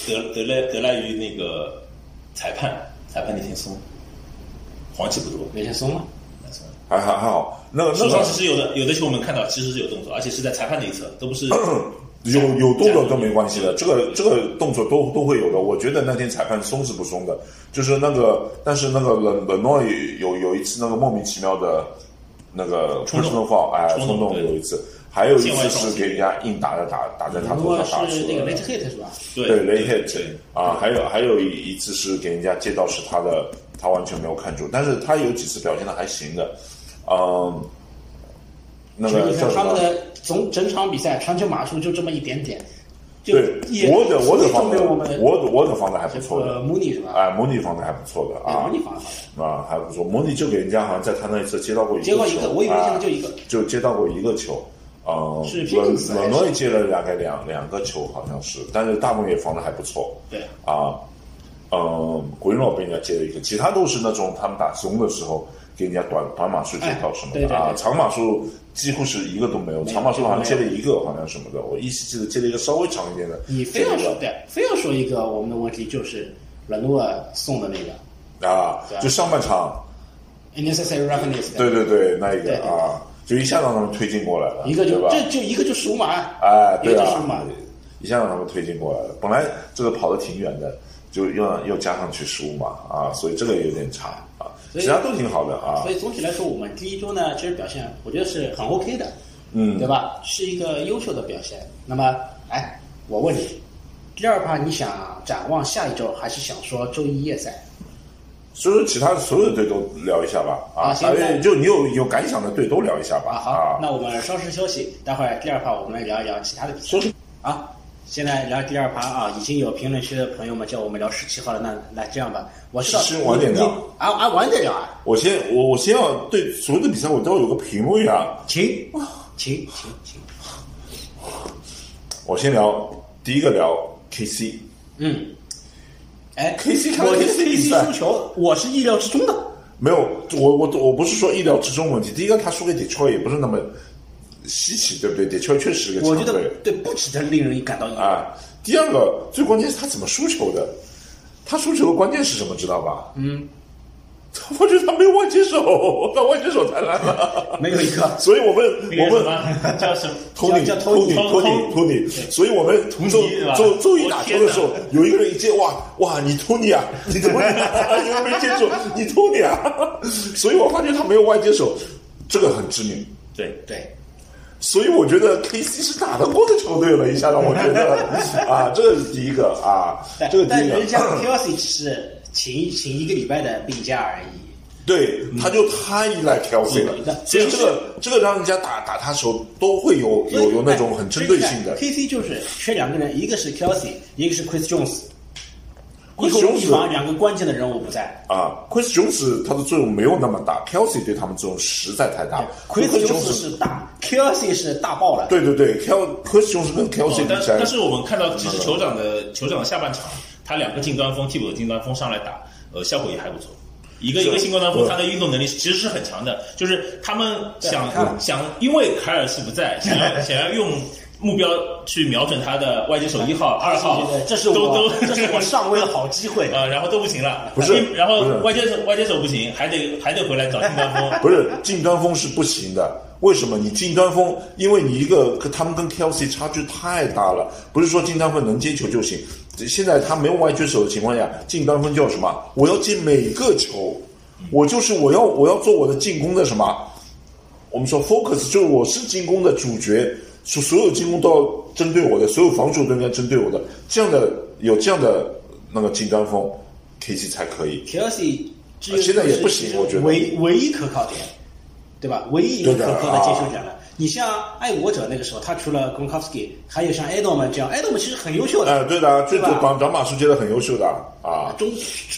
S4: 得得赖得赖于那个裁判，裁判李天松，黄气不多，
S2: 梅先松吗？
S4: 没错
S3: 还哎还还好，那个那
S4: 手上
S3: 个
S4: 其实有的有的球我们看到其实是有动作，而且是在裁判那一侧，都
S3: *clears throat*
S4: 不是
S3: 有有动作都没关系的，这个这个动作都都会有的。我觉得那天裁判松是不松的，就是那个，但是那个冷冷诺有有一次那个莫名其妙的那个
S4: 冲动
S3: personal foul，哎，
S4: 冲
S3: 冲
S4: 动
S3: 动
S4: 对
S3: 有一次，还有一
S4: 见外
S3: 次
S4: 撞
S3: 是
S4: 击
S3: 给人家硬打的打打在他
S2: 如
S3: 头
S2: 果
S3: 上打
S2: 是
S3: 出
S2: 那个
S3: 来
S2: Late
S3: 的。
S2: Hit 是吧？
S4: 对
S3: 对雷 hit
S4: 对，
S3: 啊，还有还有一一次是给人家接到是他的，他完全没有看住，但是他有几次表现的还行的，嗯，那
S2: 所以
S3: 个
S2: 你
S3: 叫
S2: 看
S3: 什
S2: 他
S3: 么
S2: 们？的总整场比赛传球码数就这么一点点，就
S3: 对，
S2: 也
S3: 我的我的
S2: 都
S3: 防
S2: 没
S3: 的
S2: 有我们
S3: 我的我的防的还不
S2: 这
S3: 错
S2: 个
S3: 的，
S2: 穆尼是吧？
S3: 哎，模拟防的还不错的
S2: 哎
S3: 啊
S2: 穆尼防得好
S3: 啊还不错，模拟就给人家好像在他那一侧接到过一个球，
S2: 结果一个我以为现在就一个
S3: 啊就接到过一个球。呃，
S2: 是
S3: 冷
S2: Pickens 还
S3: 冷
S2: 是
S3: 诺也接了大概两两个球，好像是，但是大部分也防的还不错。
S4: 对
S3: 啊，嗯，鬼诺被人家接了一个，其他都是那种他们打中的时候给人家短短码数接到什么的、
S2: 哎对对
S3: 啊，
S2: 对
S3: 长码数几乎是一个都没有，
S2: 没有
S3: 长码数好像
S2: 没
S3: 接
S2: 有
S3: 了一个，好像什么的，我依稀记得接了一个稍微长一点的，
S2: 你非要
S3: 接了
S2: 说
S3: 一个
S2: 对，非要说一个我们的问题就是软诺送的那个
S3: 啊
S2: 对，啊
S3: 就上半场，
S2: unnecessary roughness，
S3: 对对对，那一
S2: 对
S3: 个啊，就一下让他们推进过来了，
S2: 一个
S3: 对
S2: 就
S3: 吧？
S2: 这就一个就十五码，
S3: 哎，
S2: 一个
S3: 对
S2: 就十
S3: 啊
S2: 五码，，
S3: 一下让他们推进过来了。本来这个跑的挺远的，就又让又加上去十五码啊，所以这个有点差啊，
S2: 所以
S3: 其他都挺好的啊
S2: 所。以总体来说，我们第一周呢，其实表现我觉得是很 OK 的，嗯，对吧？是一个优秀的表现。那么，哎，我问你，第二趴你想展望下一周，还是想说周一夜赛？
S3: 所以说其他所有的队都聊一下吧啊，
S2: 啊行
S3: 还有
S2: 那
S3: 就你有有感想的队都聊一下吧
S2: 啊，好，那我们稍事休息，待会儿第二趴我们聊一聊其他的比赛。啊，现在聊第二趴啊，已经有评论区的朋友们叫我们聊十七号了，那那这样吧，我知道
S3: 17晚点
S2: 你
S3: 聊
S2: 你啊啊晚点聊啊，
S3: 我先我我先要对所有的比赛我都要有个评论啊，
S2: 请请请请，
S3: 我先聊第一个聊 KC。
S2: 嗯，哎
S3: KC 看
S2: 我觉得
S3: KC 比
S2: KC
S3: 赛
S2: 输球，我是意料之中的。
S3: 没有，我我我不是说意料之中问题。第一个，他输给 Detroit 也不是那么稀奇，对不对？Detroit 确实是个
S2: 我
S3: 强
S2: 觉得
S3: 队
S2: 对不值得令人感到意外。
S3: 啊。第二个，最关键是他怎么输球的？他输球的关键是什么？知道吧？嗯， *laughs* 我觉得他没有外接手，他外接手太烂了。 *laughs*
S2: 没有一个
S3: 所以我们
S4: 那个
S3: 我
S4: 什
S2: 啊
S3: 们
S4: 么叫什么？
S3: 托尼
S2: 叫叫
S3: 托尼
S4: 托
S3: 托尼
S4: 尼托尼
S3: 托尼，所以我们同周
S4: 托尼是吧
S3: 周周一
S4: 我
S3: 打球
S4: 天
S3: 的
S4: 哪
S3: 时候，有一个人一接，哇哇，你托尼啊， *laughs* 你托尼啊，因为没接住，你托尼啊， *laughs* 所以我发觉他没有外接手，这个很致命。
S4: 对
S2: 对，
S3: 所以我觉得 KC 是打得过的球队了，一下让我觉得啊，这个是第一个啊，
S2: 但
S3: 这个第
S2: 但
S3: 一
S2: 人家
S3: 个
S2: Kelsey 只是请请一个礼拜的病假而已。
S3: 对，他就太依赖 TLC 了，所以这个这个让人家打打他时候都会有有有那
S2: 哎
S3: 种很针对性的。
S2: KC 就是缺两个人，一个是 Kelsey，一个是 Chris Jones，一个
S3: Chris
S2: 攻击
S3: Jones
S2: 防两个关键的人物不在。
S3: 啊，Chris Jones 他的作用没有那么大，Kelsey 对他们作用实在太大。
S2: Chris Jones
S3: 啊 Jones
S2: 是大，Kelsey 是大爆了。
S3: 对对对，Kel Chris Jones 跟 Kelsey
S4: 哦
S3: 比
S4: 但
S3: 起来
S4: 但，是我们看到，
S2: 嗯
S4: 其实酋长的酋长的下半场，他两个近端锋替补的近端锋上来打，呃，效果也还不错。一个
S3: 是
S4: 一个新冠端锋，
S3: 对
S4: 他的运动能力其实是很强的，就是他们想
S2: 对啊看了
S4: 想，因为凯尔是不在，想
S2: *laughs*
S4: 要想要用目标去瞄准他的外接手一号、二号，
S2: 这是
S4: 都
S2: 我
S4: 都，
S2: 这是我
S4: *laughs*
S2: 上位的好机会。
S4: 啊，然后都不行了，
S3: 不是
S4: 因然后
S3: 不是，
S4: 外接手外接手不行，还得还得回来找近端锋
S2: *laughs*
S3: 不是近端锋是不行的。为什么？你近端锋，因为你一个他们跟 Kelsey 差距太大了，不是说近端锋能接球就行。现在他没有外接手的情况下，近端锋叫什么？我要接每个球，我就是我要我要做我的进攻的什么？我们说 focus 就是我是进攻的主角，所所有进攻都要针对我的，所有防守都应该针对我的。这样的有这样的那个近端锋，KC 才可以。
S2: Kelsey 只有
S3: 呃现在也不行我觉得
S2: 唯唯一可靠点，对吧？唯一一个可靠的接
S3: 啊
S2: 球者了。你像爱国者那个时候，他除了 Gronkowski，还有像 Edelman 这样，Edelman 其实很优秀
S3: 哎、
S2: 的，
S3: 对的啊，最
S2: 对吧
S3: 短短马术接的很优秀的啊。
S2: 中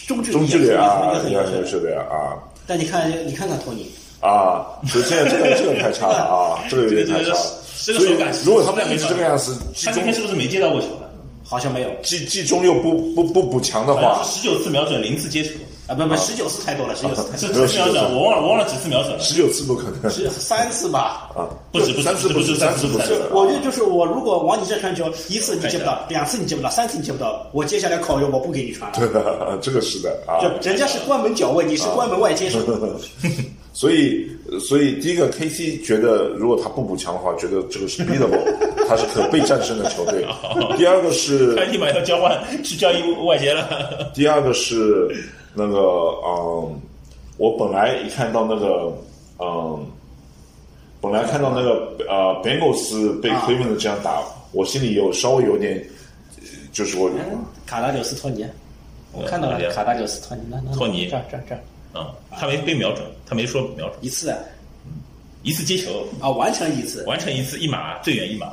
S2: 中距
S3: 中距离
S2: 也
S3: 啊，
S2: 很
S3: 你
S2: 优
S3: 看
S2: 秀
S3: 优
S2: 的。
S3: 秀的呀啊
S2: 但你看，你看看托尼，
S3: 啊！所以现在这个这个太差了啊，这个有点太差了。
S4: 这
S3: 所
S4: 个
S3: 以
S4: 这个手感
S3: 如果他们两个是这个样子，季
S4: 他那
S3: 中
S4: 天是不是没接到过球呢？
S2: 好像没有
S3: 季季中又不不不补强的
S4: 好像
S3: 话，
S4: 是十九次瞄准，零次接球。
S2: 啊，不不，十九次太多了，十九次太
S3: *laughs*
S4: 是
S2: 多
S4: 是
S2: 了，
S3: 没有
S4: 瞄准，我忘了我忘了几次瞄准了，
S3: 十九次不可能
S2: 只有三次吧。
S3: 啊，
S4: 不止不止
S3: 三次
S4: 不止
S3: 止
S4: 三
S3: 三
S4: 次
S3: 次
S4: 不
S3: 不
S4: 止
S3: 止。
S2: 我就就是我，如果往你这传球一次你接不到，两次你接不到，三次你接不到，我接下来考验我不给你传了。
S3: 对的，这个是的啊。
S2: 就人家是关门脚位，你是关门外接
S3: *laughs*
S2: 手。
S3: 所以，所以第一个 KC 觉得，如果他不补强的话，觉得这个是 beatable，他
S4: *laughs*
S3: 是可被战胜的球队。第二个是
S4: 他立马要交换 *laughs* 去交易外接了。
S3: 第二个是那个嗯，我本来一看到那个嗯，本来看到那个呃，Bengals 被
S2: 啊
S3: Cleveland 这样打，我心里有稍微有点，呃就是我
S2: 卡达柳斯托尼，啊我看到
S4: 嗯了
S2: 了
S4: 解
S2: 卡达柳斯托尼，那那那
S4: 托尼
S2: 这儿这儿这儿
S4: 嗯，他没被瞄准，他没说瞄准，
S2: 一次
S4: 一次接球
S2: 啊，完成一次，
S4: 完成一次一码，最远一码，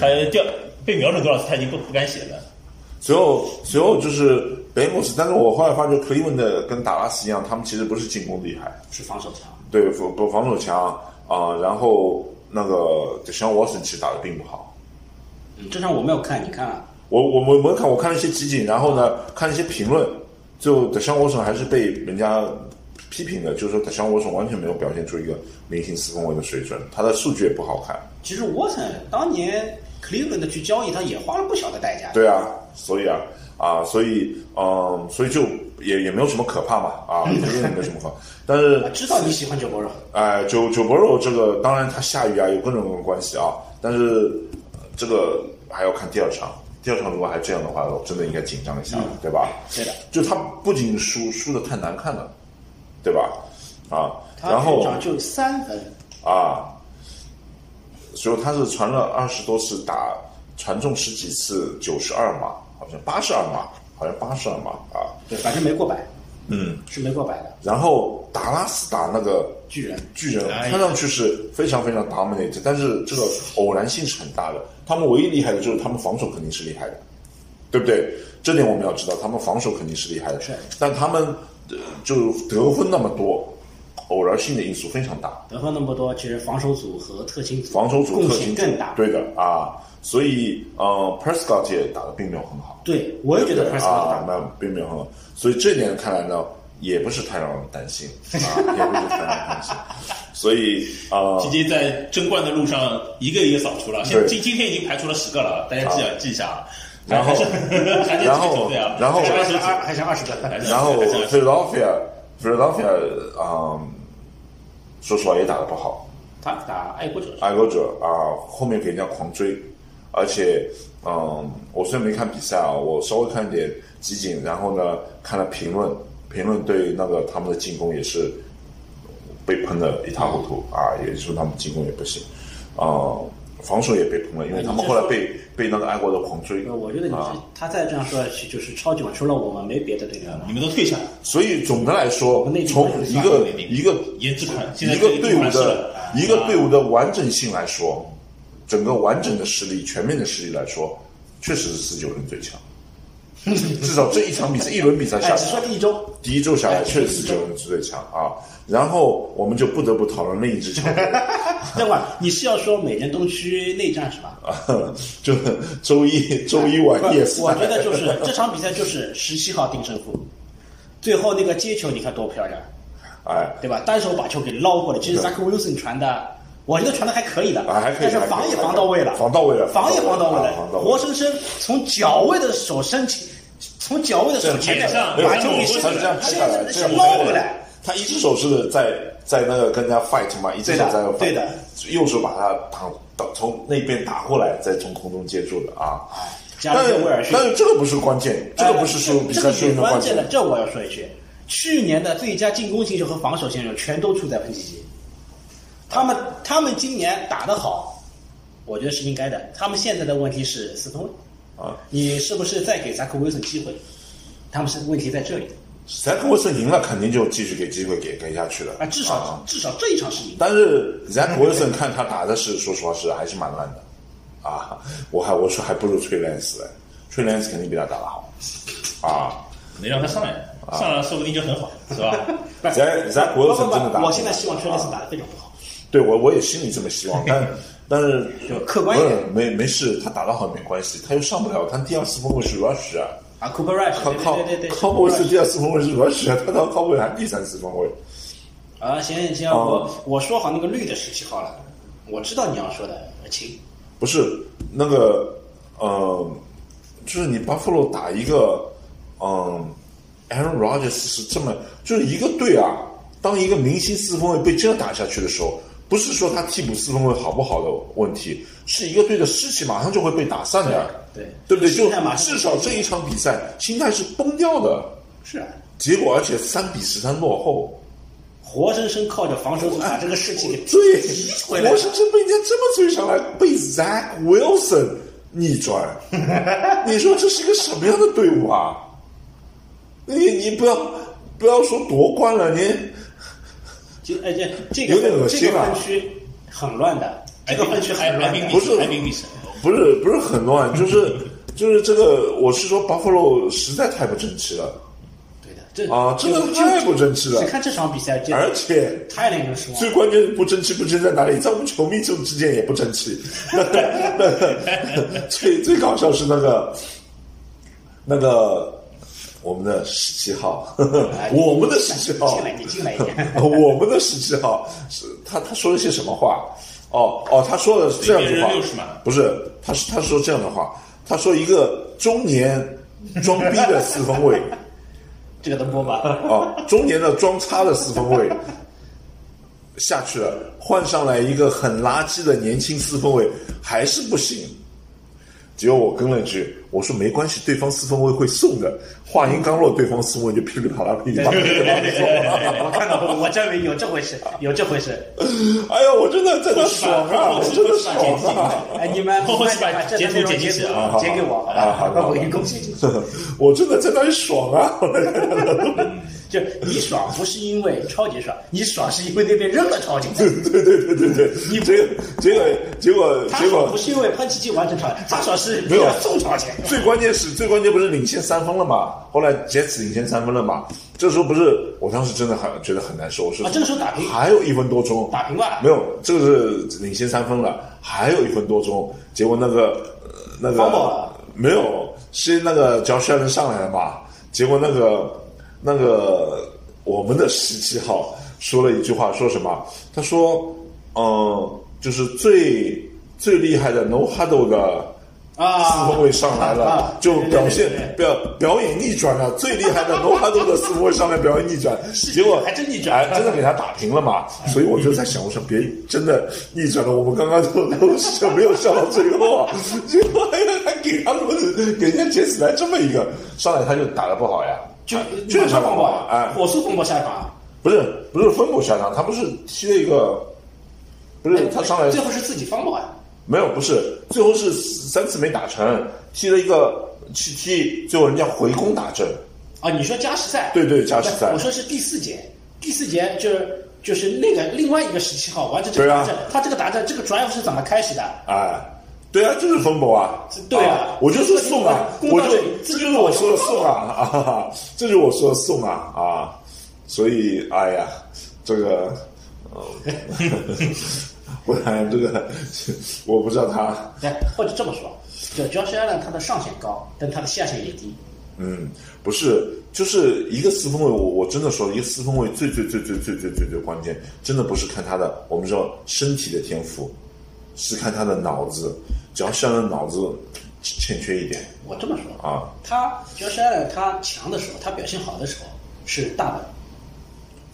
S4: 他掉被瞄准多少次他已经不不敢写了。
S3: 随后随后就是 Bengals，但是我后来发觉 Cleveland 的跟达拉斯一样，他们其实不是进攻厉害，
S2: 是防守强。
S3: 对防防守强啊、然后那个像 Watson 其实打的并不好。
S2: 嗯这场我没有看，你看啊了？
S3: 我我我们看我看了一些集锦，然后呢看了一些评论，就德尚沃森还是被人家批评的，就是说德尚沃森完全没有表现出一个明星四分卫的水准，他的数据也不好看。
S2: 其实沃森当年 Cleveland 去交易他也花了不小的代价。
S3: 对啊，所以啊啊，所以嗯，所以就也也没有什么可怕嘛啊，也没有什么可怕。但是
S2: 我知道你喜欢九波肉，
S3: 哎，九九 b o r o 这个当然它下雨啊有各种各样的关系啊，但是呃这个还要看第二场。第二场如果还这样的话，我真的应该紧张一下了，对吧？
S2: 嗯对的，
S3: 就他不仅输输的太难看了，对吧？啊，
S2: 他
S3: 然
S2: 这
S3: 后
S2: 场就三分，
S3: 啊，所以他是传了二十多次打，传中十几次，九十二码，好像八十二码，好像八十二码啊。
S2: 对，反正没过百，
S3: 嗯，
S2: 是没过百的。
S3: 然后达拉斯打那个
S2: 巨人
S3: 巨人
S4: 哎呀
S3: 看上去是非常非常 dominate，但是这个偶然性是很大的。他们唯一厉害的就是他们防守肯定是厉害的，对不对？这点我们要知道，他们防守肯定是厉害的，
S2: 是
S3: 但他们、呃就得分那么多，偶然性的因素非常大。
S2: 得分那么多，其实防守组和特勤组
S3: 防守组
S2: 贡
S3: 特
S2: 献
S3: 勤
S2: 更大。
S3: 对的啊，所以呃，Prescott 也打的并没有很好，
S2: 对，我也觉得 p r e s c o
S3: 啊，
S2: 打
S3: 那并没有很好，所以这点看来呢，也不是太让人担心
S4: *laughs*
S3: 啊，也不是太让人担心，所以啊，
S4: 直接在争冠的路上一个一个扫除了，现
S3: 对
S4: 今今天已经排除了十个了，大家记啊记一下啊。
S3: 然
S4: *laughs*
S3: 后
S4: 还是还是
S3: 然
S4: 几
S3: 后
S4: 个球队啊，
S3: 然后
S4: 还是
S2: 还是
S4: 二十几
S2: 二还是二十个，
S4: 还是
S3: 然后
S4: 还是二十
S3: Philadelphia Philadelphia 啊、说实话也打得不好，
S2: 他打爱国者
S3: 爱国者啊，后面给人家狂追，而且，嗯，我虽然没看比赛啊，我稍微看一点集锦，然后呢，看了评论，评论对那个他们的进攻也是被喷的一塌糊涂啊，也就是他们进攻也不行，啊、防守也被喷了，因为他们后来被被那个爱国的狂追。
S2: 我觉得你
S3: 啊，
S2: 他再这样说下去，就是超级碗除了我们没别的队员了
S4: 你。们都退下，
S3: 所以总的来说
S2: 们内，地
S3: 从
S2: 不是
S3: 一
S2: 算
S3: 个
S4: 内地
S3: 一个
S4: 颜值款，现在
S3: 一个
S4: 这
S3: 队伍
S4: 款式
S3: 的
S4: 了
S3: 一
S2: 啊
S3: 个队伍的完整性来说，整个完整的实力、全面的实力来说，确实是四九人
S2: *laughs*
S3: 最强。至少这一场比赛、一轮比赛
S2: 哎，
S3: 下
S2: 只
S3: 来
S2: 说，哎第一周，
S3: 第一周下来确实四九人是最强啊。然后我们就不得不讨论另一支球
S2: *laughs*
S3: 队，
S2: 等会儿你是要说美联东区内战是吧？
S3: 啊 *laughs* 就是周一周一晚夜赛。
S2: 我觉得就是这场比赛就是十七号定胜负，最后那个接球你看多漂亮，
S3: 哎，
S2: 对吧？单手把球给捞过来，其实 Zach Wilson 传的，我觉得传的还可以的，
S3: 啊，还可以，
S2: 但是
S3: 还可以
S2: 防也防到位了，
S3: 防到位了，
S2: 防也防到位
S3: 啊防
S2: 了，
S3: 到位
S2: 活
S3: 了。
S2: 生生从脚位的手伸起，从脚位的手牵
S4: 这
S2: 着
S4: 样这样
S2: 把球给伸
S3: 他是这样拍下来，这样
S2: 伸捞回来。，
S3: 他一只手是在在那个跟人家 fight 嘛，一只手在那个 fight,
S2: 对的，
S3: 右手把他挡挡从那边打过来，再从空中接住的啊。
S2: 加
S3: 但
S2: 里
S3: 是
S2: 威尔逊，呃
S3: 但是这个不是关键，这个不是说比
S2: 哎这
S3: 赛
S2: 个
S3: 输赢
S2: 是
S3: 的关
S2: 关
S3: 键
S2: 键的，。这我要说一句，去年的最佳进攻新秀和防守新秀全都出在喷气机，他们他们今年打得好，我觉得是应该的。他们现在的问题是四分卫，
S3: 啊，
S2: 你是不是再给扎克威尔森机会？他们是问题在这里
S3: 塞克沃森赢了，肯定就继续给机会给给下去了
S2: 啊，至少、
S3: 啊
S2: 至少这一场是赢。
S3: 但是 Zach Wilson 看他打的是，说实话是还是蛮烂的，啊，我还我说还不如 Trey Lance 嘞，Trey Lance 肯定比他打得好，啊
S4: 没让他上来，上来说不定就很好，是吧？
S3: ，Zach Zach
S2: 不不
S3: Wilson
S2: 不
S3: 真的打得好，
S2: 我现在希望崔莱斯
S3: 啊
S2: 打得非常不好。
S3: 对我我也心里这么希望，但但是
S2: 就客观一点
S3: 不是没没事，他打得好没关系，他又上不了，他第二次分位是 Rush 啊，
S2: 啊，Cooper Rush，
S3: 他靠
S2: 对对对对，
S3: 靠波是第二次分位是 Rush 啊，他到靠波还第三次分位，
S2: 啊，行行行，
S3: 哦
S2: 我我说好那个绿的十七号了，我知道你要说的，呃请
S3: 不是那个，呃，就是你 Buffalo 打一个，嗯、Aaron Rodgers 是这么，就是一个队啊，当一个明星四分卫被这样打下去的时候，不是说他替补四分卫好不好的问题，是一个队的士气马上就会被打散的，
S2: 对对
S3: 对不对？就
S2: 心态马上
S3: 至少这一场比赛心态是崩掉的，
S2: 是啊。
S3: 结果而且三比十三落后，
S2: 活生生靠着防守组
S3: 哎
S2: 把这个士气给
S3: 对，
S2: 提
S3: 活
S2: 回来了。
S3: 生生被人家这么追上来，被 Zach Wilson 逆转，你说这是个什么样的队伍啊？你你不要不要说夺冠了，你
S2: 就哎这这
S3: 有点恶
S2: 个
S3: 心
S2: 这个
S3: 啊
S2: 分区很乱的，这个分区
S4: 哎还
S2: 很
S4: 还
S2: 乱
S4: 并
S2: 的。
S3: 不是
S4: 还并历史，
S3: 不是不是很乱，就是就是这个，我是说 Buffalo 实在太不争气了
S2: 对的，这
S3: 啊，真的
S2: 就
S3: 太不争气了
S2: 你，看这场比赛，这
S3: 而且
S2: 太令人失望
S3: 最
S2: 了。
S3: 关键是不争气，不争气在哪里？在我们球迷之之间也不争气。 *laughs* 那个最最搞笑是那个那个我们的十七号， *laughs* 我们的十七号
S2: 哎进来，哎你进来一点。
S3: 我们的十七号是他他说了些什么话？哦哦，他说的是这样
S4: 每
S3: 的
S4: 个人
S3: 话
S4: 60嘛，
S3: 不是，他是他说这样的话，他说一个中年装逼的四分卫。
S2: 这个能播
S3: *laughs*
S2: 吗？
S3: 啊，中年的装叉的四分卫下去了，换上来一个很垃圾的年轻四分卫，还是不行。结果我跟了一句，我说没关系，对方四分卫会送的。话音刚落，对方四分卫就噼里啪啦噼里
S2: 哎
S3: 啪
S2: 我
S3: 啦。
S2: 看到过，我证明有这回事，有这回事。
S3: *laughs* 哎呀，我真的真的
S2: *laughs*
S3: 爽啊！我真的爽啊！
S2: 哎，你
S4: *laughs*
S2: 们
S4: 后后期
S2: 你们
S4: 把
S2: 这
S4: 截图
S2: 内容
S4: 剪进去啊
S2: 截给我
S3: 啊好的
S2: 我给你公信进去。
S3: 我真的在那里爽啊！ *laughs*
S2: 就你爽不是因为超级爽，你爽是因为那边扔了超级
S3: 对对对对对对，结果结果结果
S2: 他
S3: 结
S2: 爽啊
S3: 果
S2: 不是因为喷气机完成超级，他爽是
S3: 没有
S2: 要送超级。
S3: 最关键是最关键不是领先三分了嘛？后来杰斯领先三分了嘛？这时候不是，我当时真的很觉得很难受，我说、
S2: 啊这个时候打平
S3: 还有一分多钟，
S2: 打平吧
S3: 没有，这个是领先三分了，还有一分多钟，结果那个、呃那
S2: 防守了
S3: 个没有是那个乔帅伦上来了嘛？结果那个那个我们的十七号说了一句话，说什么？他说，嗯、就是最最厉害的 No Huddle 的。
S2: 啊
S3: 四分卫上来了
S2: 啊，
S3: 就表现
S2: 对对
S3: 表表演逆转了，最厉害的罗哈多的四分卫上来表演
S2: *laughs*
S3: 逆转，结果
S2: 还真逆转哎
S3: 哎真的给他打平了嘛。所以我就在想，我说别真的逆转了，我们刚刚都都是没有笑到最后啊，结果还还给他轮子，给人家杰斯来这么一个上来，他就打得不好呀，
S2: 就
S3: 哎确
S2: 马
S3: 实
S2: 上风暴
S3: 啊，哎，
S2: 火速风暴下场。
S3: 不是
S2: 哎
S3: 不是分布下场，他不是踢了一个，不是他上来
S2: 最后是自己风暴呀，
S3: 没有，不是，最后是三次没打成，踢了一个踢踢，最后人家回攻打正，
S2: 啊，你说加时赛？哎
S3: 对对加时赛
S2: 我说是第四节，第四节就是就是那个另外一个十七号完成这个
S3: 对
S2: 达
S3: 啊
S2: 阵，他这个达阵这个转悠是怎么开始的？
S3: 哎，对啊，就是风博啊，
S2: 对啊
S3: 我就说送啊，
S2: 公道
S3: 我就
S2: 这里
S3: 这就是我说的送啊啊，这就是我说的送啊啊，所以哎呀，这个，呃， *laughs* 不然这个我不知道他，
S2: 哎，或者这么说，就 Josh Allen 他的上限高，但他的下限也低。
S3: 嗯，不是，就是一个四分卫，我我真的说，一个四分卫最最最最最最最最关键，真的不是看他的，我们说身体的天赋，是看他的脑子，只要像的脑子欠缺一点
S2: 我这么说，
S3: 啊，
S2: 他 Josh Allen 他强的时候，他表现好的时候是大本，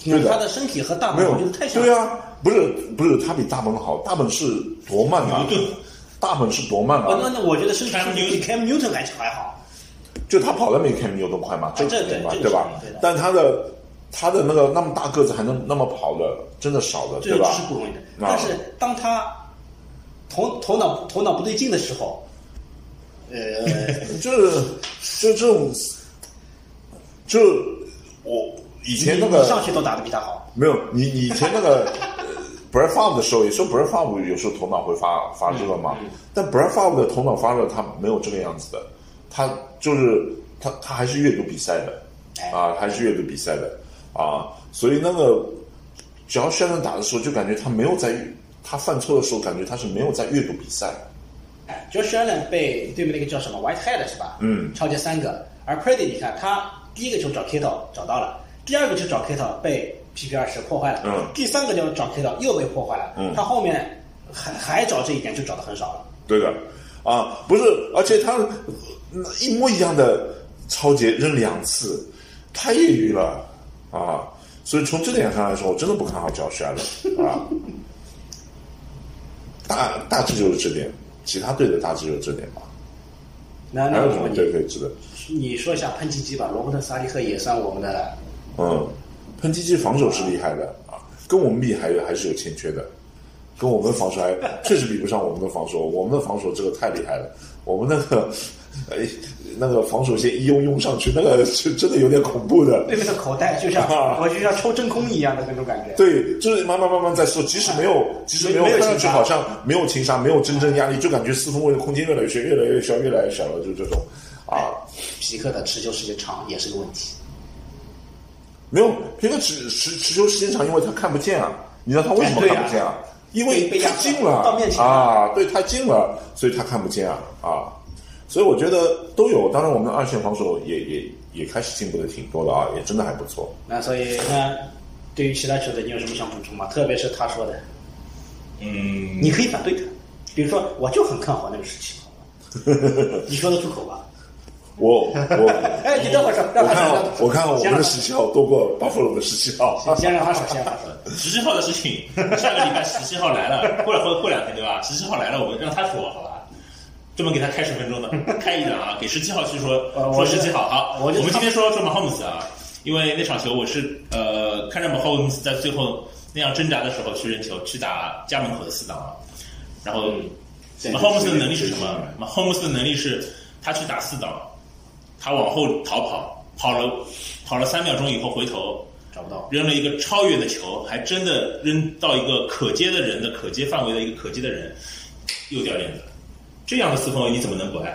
S2: 因
S3: 对
S2: 为
S3: 的
S2: 他的身体和大
S3: 没
S2: 本
S3: 有
S2: 我觉得太，像。
S3: 对啊，不是不是，他比大本好，大本是多慢啊，大本是多慢
S2: 哦，那
S3: 啊，
S2: 那我觉得身体
S4: Cam
S2: 比 Cam Newton 还还好。
S3: 就他跑的没凯米牛顿快嘛，这
S2: 这
S3: 肯定嘛
S2: 对，这个
S3: 对吧
S2: 是对的？
S3: 但他的他的那个那么大个子还能那么跑的，真的少的，
S2: 这
S3: 吧
S2: 个是？不容易的。
S3: 啊
S2: 但是当他头头脑头脑不对劲的时候，
S3: *laughs*
S2: 呃，
S3: 就是就这种，就我以前那
S2: 你你上
S3: 个
S2: 去都打得比他好。
S3: 没有你你以前那个 b r a d f a r 的时候，也说 b r a d f a r 有时候头脑会发发热嘛，
S2: 嗯
S3: 但 b r a d f a r 的头脑发热，他没有这个样子的，他就是他他还是阅读比赛的
S2: 哎
S3: 啊，还是阅读比赛的啊，所以那个只要轩伦打的时候，就感觉他没有在他犯错的时候，感觉他是没有在阅读比赛，
S2: 哎，Josh Allen 被对面那个叫什么 Whitehead 是吧？
S3: 嗯
S2: 超接三个。而 Prady 你看，他第一个球找 Kittle 找到了，第二个球找 Kittle 被 PP 二十破坏了，
S3: 嗯
S2: 第三个球找 Kittle 又被破坏了，
S3: 嗯
S2: 他后面还还找这一点就找的很少了。
S3: 对的，啊，不是，而且他嗯一模一样的超节扔两次，太业余了啊！所以从这点上来说，我真的不看好脚帅了啊。 *laughs* 大大致就是这点，其他队的大致就是这点吧。
S2: 那
S3: 还
S2: 那
S3: 有
S2: 我
S3: 什么
S2: 问
S3: 队可
S2: 你，
S3: 以值得？
S2: 你说一下喷气机吧，罗伯特·萨利赫也算我们的
S3: 嗯，喷气机防守是厉害的啊，跟我们比还有还是有欠缺的，跟我们防守还确实比不上我们的防守，我们的防守这个太厉害了，我们那个哎那个防守线一拥拥上去，那个是真的有点恐怖的。
S2: 对面的口袋，就像
S4: 啊
S2: 我就像抽真空一样的那种感觉。
S3: 对，就是慢慢慢慢在缩，即使没有，即使没有
S2: 没有
S3: 看上
S2: 擒
S3: 去
S2: 杀
S3: 好像没有情杀，没有真正压力，就感觉四分卫的空间越来越小，越来越小，越来越小了，就这种啊。
S2: 皮克的持球时间长也是个问题。
S3: 没有，皮克持持持球时间长，因为他看不见啊。你知道他为什
S2: 哎
S3: 么
S2: 对啊
S3: 看不见啊？因
S2: 被被
S3: 为
S2: 压
S3: 太
S2: 迫
S3: 近了，
S2: 到面前了
S3: 啊，对，太近了，所以他看不见啊啊。所以我觉得都有，当然我们的二线防守也也也开始进步的挺多的啊，也真的还不错。
S2: 那所以那对于其他球队，你有什么想补充吗？特别是他说的，
S4: 嗯，
S2: 你可以反对他，比如说我就很看好那个时期，你说得出口吧？
S3: 我
S2: *laughs*
S3: 我
S2: 哎，你等会儿说，让
S3: 我
S2: 他
S3: 看
S2: 说，让
S3: 好
S2: 他说
S3: 我看好我
S2: 先让
S3: 们
S2: 他
S3: 的十七号多过巴夫罗的十七号， *laughs*
S2: 先让他说，先让他说。
S4: 十七号的事情， *laughs* 下个礼拜十七号来了，过两过过两天对吧？十七号来了，我们让他说好吧？专门给他开十分钟的，开一档啊，给十七号去说
S2: 呃我
S4: 说
S2: 是
S4: 十七号好。
S2: 我
S4: 我
S2: 是
S4: 们今天说说马霍姆斯啊，因为那场球我是呃看着马霍姆斯在最后那样挣扎的时候去扔球，去打家门口的四档啊，然后。马霍姆斯的能力是 *laughs* 什么？马霍姆斯的能力是他去打四档，他往后逃跑，跑了跑了三秒钟以后回头，
S2: 找不到，
S4: 扔了一个超越的球，还真的扔到一个可接的人的可接范围的一个可接的人，又掉链子了。这样的四分卫你怎么能不爱？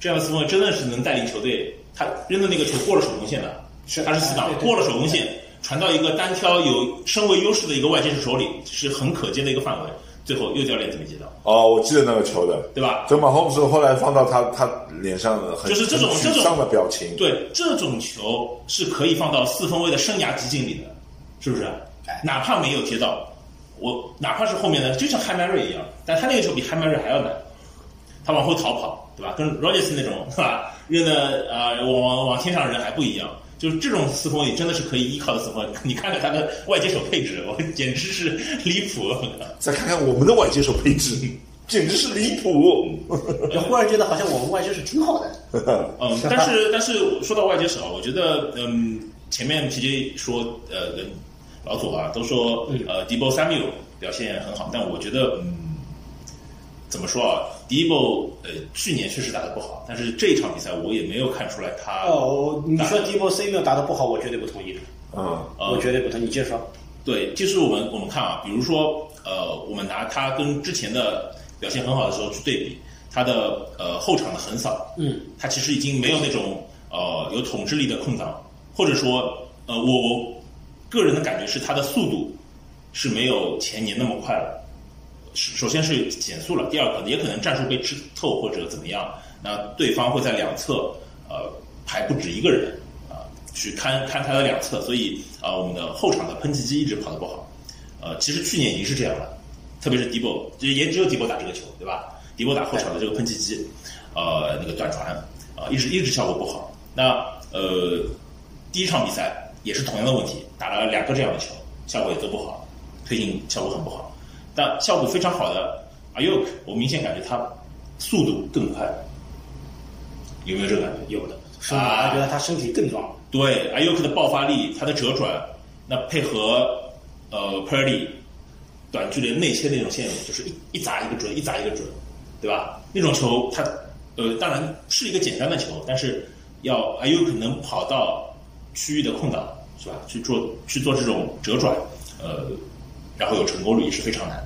S4: 这样的四分卫真的是能带领球队，他扔的那个球过了手工线的，
S2: 是
S4: 他是死
S2: 哎
S4: 挡，
S2: 对对
S4: 过了手工线，传到一个单挑有身为优势的一个外接手手里，是很可接的一个范围，最后又掉链子没接到，
S3: 哦，我记得那个球的，
S4: 对吧？
S3: 跟马霍姆斯后来放到他他脸上的很
S4: 就是这种
S3: 很
S4: 这
S3: 沮
S4: 种
S3: 丧的表情，
S4: 对，这种球是可以放到四分卫的生涯集锦里的，是不是
S2: 哎？
S4: 哪怕没有接到，我哪怕是后面的，就像汉麦瑞一样，但他那个球比汉麦瑞还要难，他往后逃跑，对吧？跟 Rogers 那种，是 *laughs* 吧？扔的呃往往往天上扔还不一样。就是这种四分卫真的是可以依靠的四分卫，你看看他的外接手配置，我简直是离谱。
S3: 再看看我们的外接手配置， *laughs* 简直是离谱。
S2: 嗯就忽然觉得好像我们外就是挺好的。
S4: 嗯，但是但是说到外接手啊，我觉得嗯，前面 PJ 说呃跟老左啊都说呃迪波三缪表现很好，但我觉得嗯，怎么说啊？第一步，呃，去年确实打得不好，但是这一场比赛我也没有看出来他
S2: 哦，你说 d i b o Samuel 打得不好，我绝对不同意的，
S3: 嗯，
S4: 呃
S2: 我绝对不同意。你接着说，
S4: 对，就是我们我们看啊，比如说呃，我们拿他跟之前的表现很好的时候去对比，他的呃后场的横扫，
S2: 嗯，
S4: 他其实已经没有那种呃有统治力的空档，或者说呃我我个人的感觉是他的速度是没有前年那么快了。是首先是减速了，第二可能也可能战术被吃透或者怎么样，那对方会在两侧呃排不止一个人啊、去看看他的两侧，所以啊、我们的后场的喷气机一直跑得不好。呃，其实去年已经是这样了，特别是迪博，就也只有迪博打这个球，对吧？迪博打后场的这个喷气机，呃，那个短传啊、一直一直效果不好。那呃，第一场比赛也是同样的问题，打了两个这样的球，效果也都不好，推进效果很不好。但效果非常好的阿尤克，我明显感觉他速度更快，有没有这个感觉？
S2: 有的，是的，
S4: 啊
S2: 我觉得他身体更壮了。
S4: 对，艾尤克的爆发力，他的折转，那配合呃 Purdy 短距离内切那种线路，就是一一砸一个准，一砸一个准，对吧？那种球，他呃当然是一个简单的球，但是要艾尤克能跑到区域的空档，是吧？去做去做这种折转，呃，然后有成功率也是非常难的。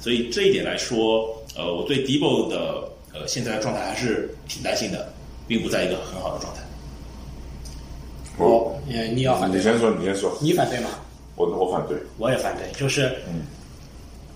S4: 所以这一点来说，呃，我对 Debo 的呃现在的状态还是挺担心的，并不在一个很好的状态。
S2: 哦，呃，你要反
S3: 你
S2: 对，
S3: 先说，你先说，
S2: 你反对吗？
S3: 我我反对，
S2: 我也反对，就是
S3: 嗯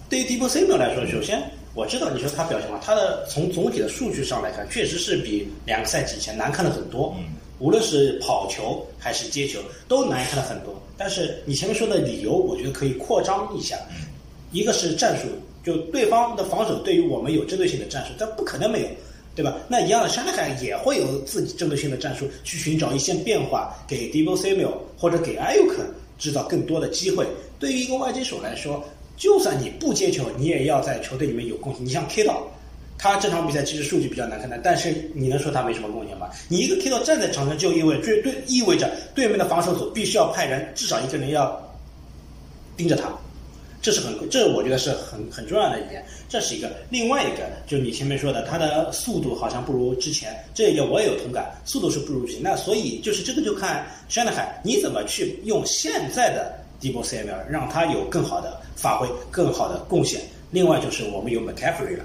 S2: 对于 d e b o Samuel 来说，首先我知道你说他表现好，他的从总体的数据上来看，确实是比两个赛季以前难看了很多。
S4: 嗯，
S2: 无论是跑球还是接球，都难看了很多。但是你前面说的理由，我觉得可以扩张一下。
S3: 嗯
S2: 一个是战术，就对方的防守对于我们有针对性的战术，但不可能没有，对吧？那一样的，沙拉凯也会有自己针对性的战术，去寻找一些变化，给 d e b o Samuel 或者给艾尤克制造更多的机会。对于一个外接手来说，就算你不接球，你也要在球队里面有贡献。你像 K 到，他这场比赛其实数据比较难看的，但是你能说他没什么贡献吗？你一个 K 到站在场上，就意味着对对意味着对面的防守组必须要派人至少一个人要盯着他，这是很这我觉得是很很重要的一点，这是一个。另外一个就是你前面说的，他的速度好像不如之前，这一点我也有同感，速度是不如之前。那所以就是这个就看 Shanahan 你怎么去用现在的 Debo Samuel 让他有更好的发挥、更好的贡献。另外就是我们有 McCaffrey 了。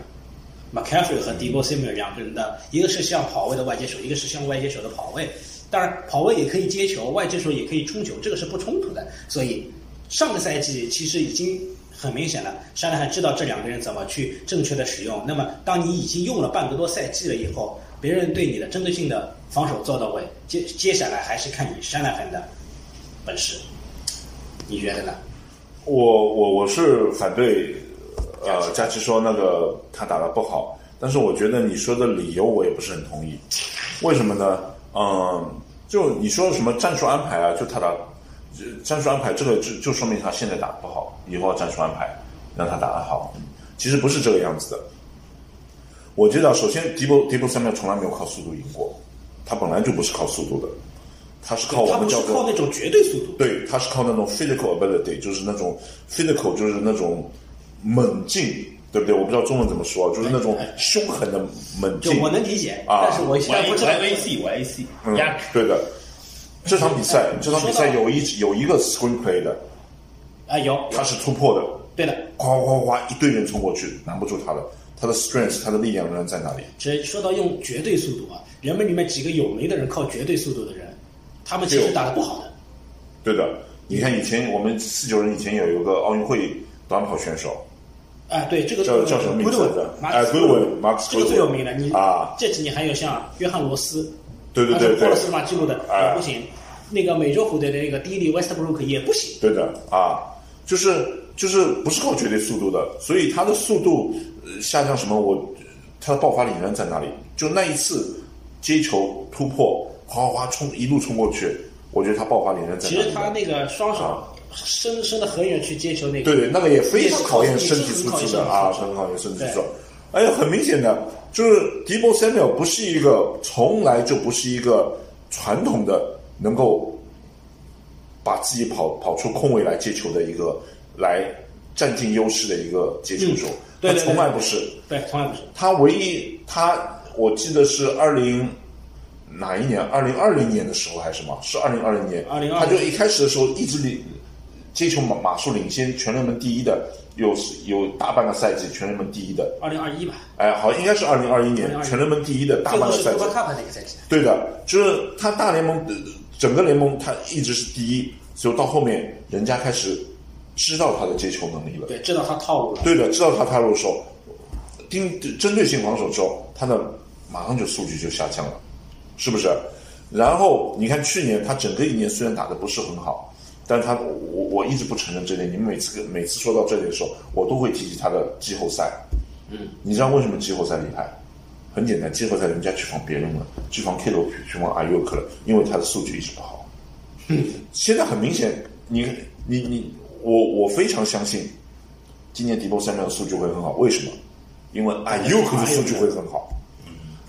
S2: McCaffrey 和 Debo Samuel 两个人的，一个是像跑位的外接手，一个是像外接手的跑位。当然，跑位也可以接球，外接手也可以冲球，这个是不冲突的。所以上个赛季其实已经很明显了，沙拉汉知道这两个人怎么去正确的使用。那么，当你已经用了半个多赛季了以后，别人对你的针对性的防守做到位，接接下来还是看你沙拉汉的本事。你觉得呢？
S3: 我我我是反对，呃，佳琪说那个他打得不好，但是我觉得你说的理由我也不是很同意，为什么呢？嗯，就你说什么战术安排啊，就他打就战术安排这个就就说明他现在打得不好，以后要战术安排让他打得好，其实不是这个样子的。我觉得啊首先迪波迪波三秒从来没有靠速度赢过，他本来就不是靠速度的，他是靠哦我
S2: 他
S3: 们
S2: 不是
S3: 叫做
S2: 靠那种绝对速度，
S3: 对，他是靠那种 physical ability，就是那种 physical，就是那种猛劲，对不对？我不知道中文怎么说，啊就是那种凶狠的猛
S2: 哎就
S3: 劲。
S2: 我能理解，
S3: 啊
S2: 但是我现在
S4: Y
S2: 不知道
S4: Y A C Y A C
S3: 嗯
S4: 压，
S3: 对的。这场比赛，这场比赛
S2: 哎说到
S3: 有一有一个 screenplay 的，
S2: 啊有，
S3: 他是突破的，
S2: 对的，
S3: 哗哗哗一堆人冲过去，拦不住他的。他的 strength，他的力量仍然在那里。
S2: 这说到用绝对速度啊，人们里面几个有名的人靠绝对速度的人，他们其实打得不好的。
S3: 对的，你看以前我们四九人以前有一个奥运会短跑选手，
S2: 啊，对，这个
S3: 叫叫什么名字来着
S2: Goodwin，马
S3: 哎
S2: 克思
S3: Goodwin，马克思
S2: 这个最有名的。你
S3: 啊
S2: 这几年还有像约翰罗斯，
S3: 对对
S2: 他是
S3: 对
S2: 波
S3: 对
S2: 尔，斯马记录的
S3: 哎
S2: 也不行，那个美洲虎队的那个迪利 Westbrook 也不行。
S3: 对的啊，就是就是不是靠绝对速度的，所以他的速度、呃、下降什么，我他的爆发力仍然在那里。就那一次接球突破，哗哗哗冲一路冲过去，我觉得他爆发力仍然在
S2: 其
S3: 那
S2: 实
S3: 里
S2: 他
S3: 的。
S2: 那个双手
S3: 啊
S2: 伸伸的很远去接球那个，
S3: 对对，那个也非常考验身体素
S2: 也
S3: 质
S2: 是
S3: 的
S2: 很考
S3: 啊，
S2: 验身体素质
S3: 很考验身体素质。哎呀，很明显的，就是迪波 Samuel 不是一个从来就不是一个传统的能够把自己跑跑出空位来接球的一个来占尽优势的一个接球手。
S2: 嗯对对
S3: 他从来不是。
S2: 对，从来不是。
S3: 他唯一他我记得是二零哪一年？二零二零年的时候还是什么？是二零二零年。
S2: 2020
S3: 他就一开始的时候一直领这球马马术领先全联盟第一的，有有大半个赛季全联盟第一的。
S2: 二零二一吧，
S3: 哎，好，应该是二零二一年
S2: 2021
S3: 全联盟第一的大
S2: 最
S3: 半
S2: 后
S3: 个
S2: 是
S3: 赛季
S2: Super。Cup 那个赛季，
S3: 对的，就是他大联盟呃整个联盟他一直是第一，所以到后面人家开始知道他的接球能力了。
S2: 对，知道他套路了。
S3: 对的，知道他踏入的时候，盯针对性防守之后，他的马上就数据就下降了，是不是？然后你看去年他整个一年虽然打的不是很好，但是他我我一直不承认这点。你们每次每次说到这里的时候，我都会提起他的季后赛。嗯，你知道为什么季后赛厉害？很简单，季后赛人家去防别人了，去防 K 罗，去防阿尤克了，因为他的数据一直不好。现在很明显，你你你，我我非常相信，今年迪波塞缪的数据会很好。为什么？因为艾尤克的数据会很好。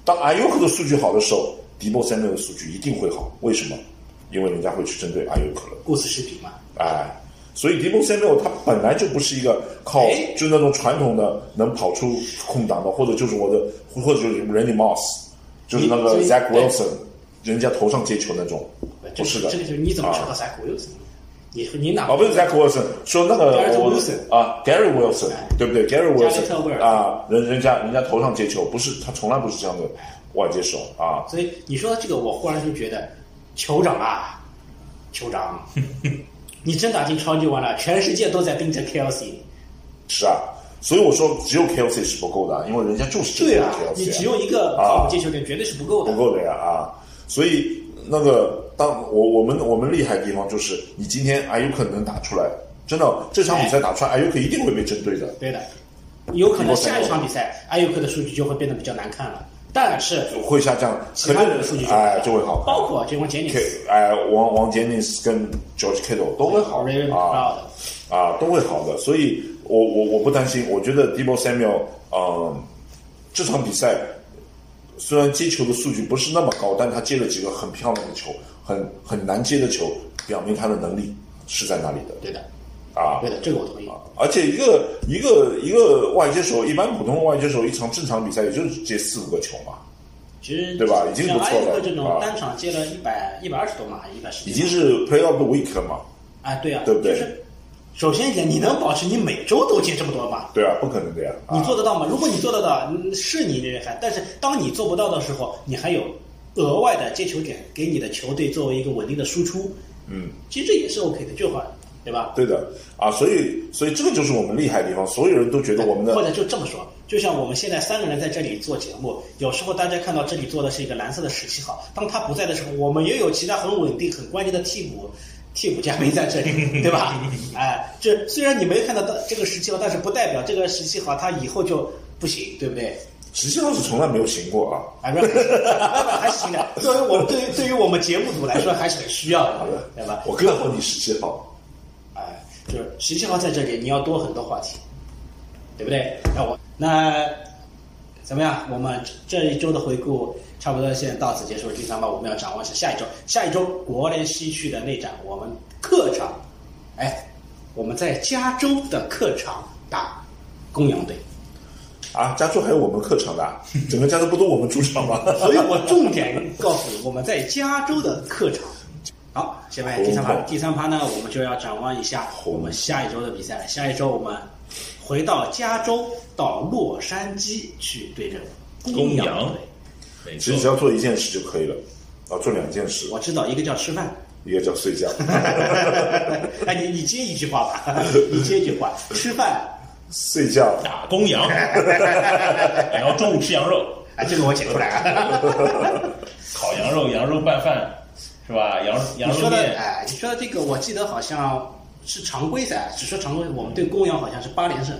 S3: 当艾尤克的数据好的时候，迪波塞缪的数据一定会好。为什么？因为人家会去针对艾尤克了。
S2: 顾此失彼嘛，
S3: 哎，所以迪波塞缪他本来就不是一个靠
S2: 哎
S3: 就那种传统的能跑出空档的，或者就是我的，或者就是 Randy Moss，就是那个
S2: 你
S3: Zach
S2: 对
S3: Wilson，人家头上接球那种，
S2: 这
S3: 不
S2: 个
S3: 是的。
S2: 呃这个就是你怎么
S3: 啊
S2: 知道塞古又怎么样？你你哪？
S3: 哦，不是 Zach Wilson，说那个
S2: Garrett
S3: 我
S2: Wilson 哎
S3: 啊，Gary Wilson，对不对？Gary
S2: Garrett
S3: Wilson
S2: Wilson
S3: 啊，人人家人家头上接球，不是他从来不是这样的外接手啊。
S2: 所以你说到这个，我忽然就觉得，酋长啊，酋长，
S3: *laughs*
S2: 你真打进超级碗了，全世界都在盯着 KLC。
S3: 是啊，所以我说只有 KLC 是不够的，因为人家就是这
S2: 对
S3: 个
S2: 啊，
S3: KLC，
S2: 你只用一个
S3: 啊
S2: 靠谱接球点绝对是不够的
S3: 不。够的呀啊。所以那个当我我们我们厉害的地方就是，你今天艾尤克能打出来，真的这场比赛打出来，艾尤克一定会被针对的。
S2: 对的，有可能下一场比赛艾尤克的数据就会变得比较难看了，但是
S3: 会下降，
S2: 其
S3: 可
S2: 他
S3: 能
S2: 人的数据就
S3: 哎就会好看，
S2: 包括这种杰尼
S3: K
S2: 斯、
S3: 哎，王王杰尼斯跟 George Kittle 都会好
S2: r a v e n
S3: 啊
S2: Cloud，
S3: 啊，都会好的，所以我我我不担心，我觉得 Debo Samuel，嗯、这场比赛虽然接球的数据不是那么高，但他接了几个很漂亮的球，很很难接的球，表明他的能力是在那里的
S2: 对的，
S3: 啊
S2: 对。的，这个我同意。
S3: 而且一个一个一个外接手，一般普通的外接手一场正常比赛也就是接四五个球嘛，
S2: 其实
S3: 对吧已经
S2: 像
S3: 不
S2: 艾
S3: 错了
S2: 尤克这种
S3: 啊
S2: 单场接了一百一百二十多码，一百十
S3: 已经是 Play of the Week 了嘛，
S2: 啊，对啊，
S3: 对不对
S2: 就是首先一点，你能保持你每周都接这么多码，
S3: 对啊，不可能的呀。啊
S2: 你做得到吗？如果你做得到，嗯是你厉害。但是当你做不到的时候，你还有额外的接球点给你的球队作为一个稳定的输出。
S3: 嗯，
S2: 其实这也是 OK 的，就好，对吧？
S3: 对的啊，所以所以这个就是我们厉害的地方，所有人都觉得我们
S2: 或
S3: 的
S2: 者就这么说，就像我们现在三个人在这里做节目，有时候大家看到这里做的是一个蓝色的十七号，当他不在的时候，我们也有其他很稳定、很关键的替补。替补嘉宾在这里，对
S3: *laughs*
S2: 吧？哎，这虽然你没看到这个十七号，但是不代表这个十七号他以后就不行，对不对？
S3: 实际上是从来没有行过啊。
S2: 啊，不是， *laughs* 还是行的。作为我们对于对于我们节目组来说，还是很需要
S3: 好
S2: 的
S3: 的，，
S2: 对吧？
S3: 我更好你十七号，
S2: 哎，就是十七号在这里，你要多很多话题，对不对？那我那怎么样？我们这一周的回顾差不多现到此结束。第三吧，我们要展望一下下一周，下一周国联西区的内战，我们客场，哎，我们在加州的客场打公羊队，
S3: 啊，加州还有我们客场的
S2: *laughs*
S3: 啊，整个加州不都我们主场吗？
S2: 所以我重点告诉你，我们在加州的客场。好，下面第三趴，第三趴呢，我们就要展望一下我们下一周的比赛了。下一周我们回到加州，到洛杉矶去对阵
S4: 公
S2: 羊
S4: 羊
S2: 队。
S4: 没
S3: 其
S4: 错
S3: 实只要做一件事就可以了，啊，做两件事，
S2: 我知道一个叫吃
S4: *laughs*
S2: 饭。
S3: 一个叫睡觉， *laughs*
S2: 哎，你你接一句话 *laughs* 吧，你接一句话，吃饭。
S3: 睡觉
S4: 打公 *laughs* 羊，然后中午吃羊肉，
S2: 哎，这个我解出来
S4: *laughs*
S2: 啊。
S4: 烤羊肉、羊肉拌饭是吧？羊羊
S2: 你
S4: 肉
S2: 说的
S4: 面，
S2: 哎，你说的这个，我记得好像是常规赛，只说常规，我们对公羊好像是八连胜，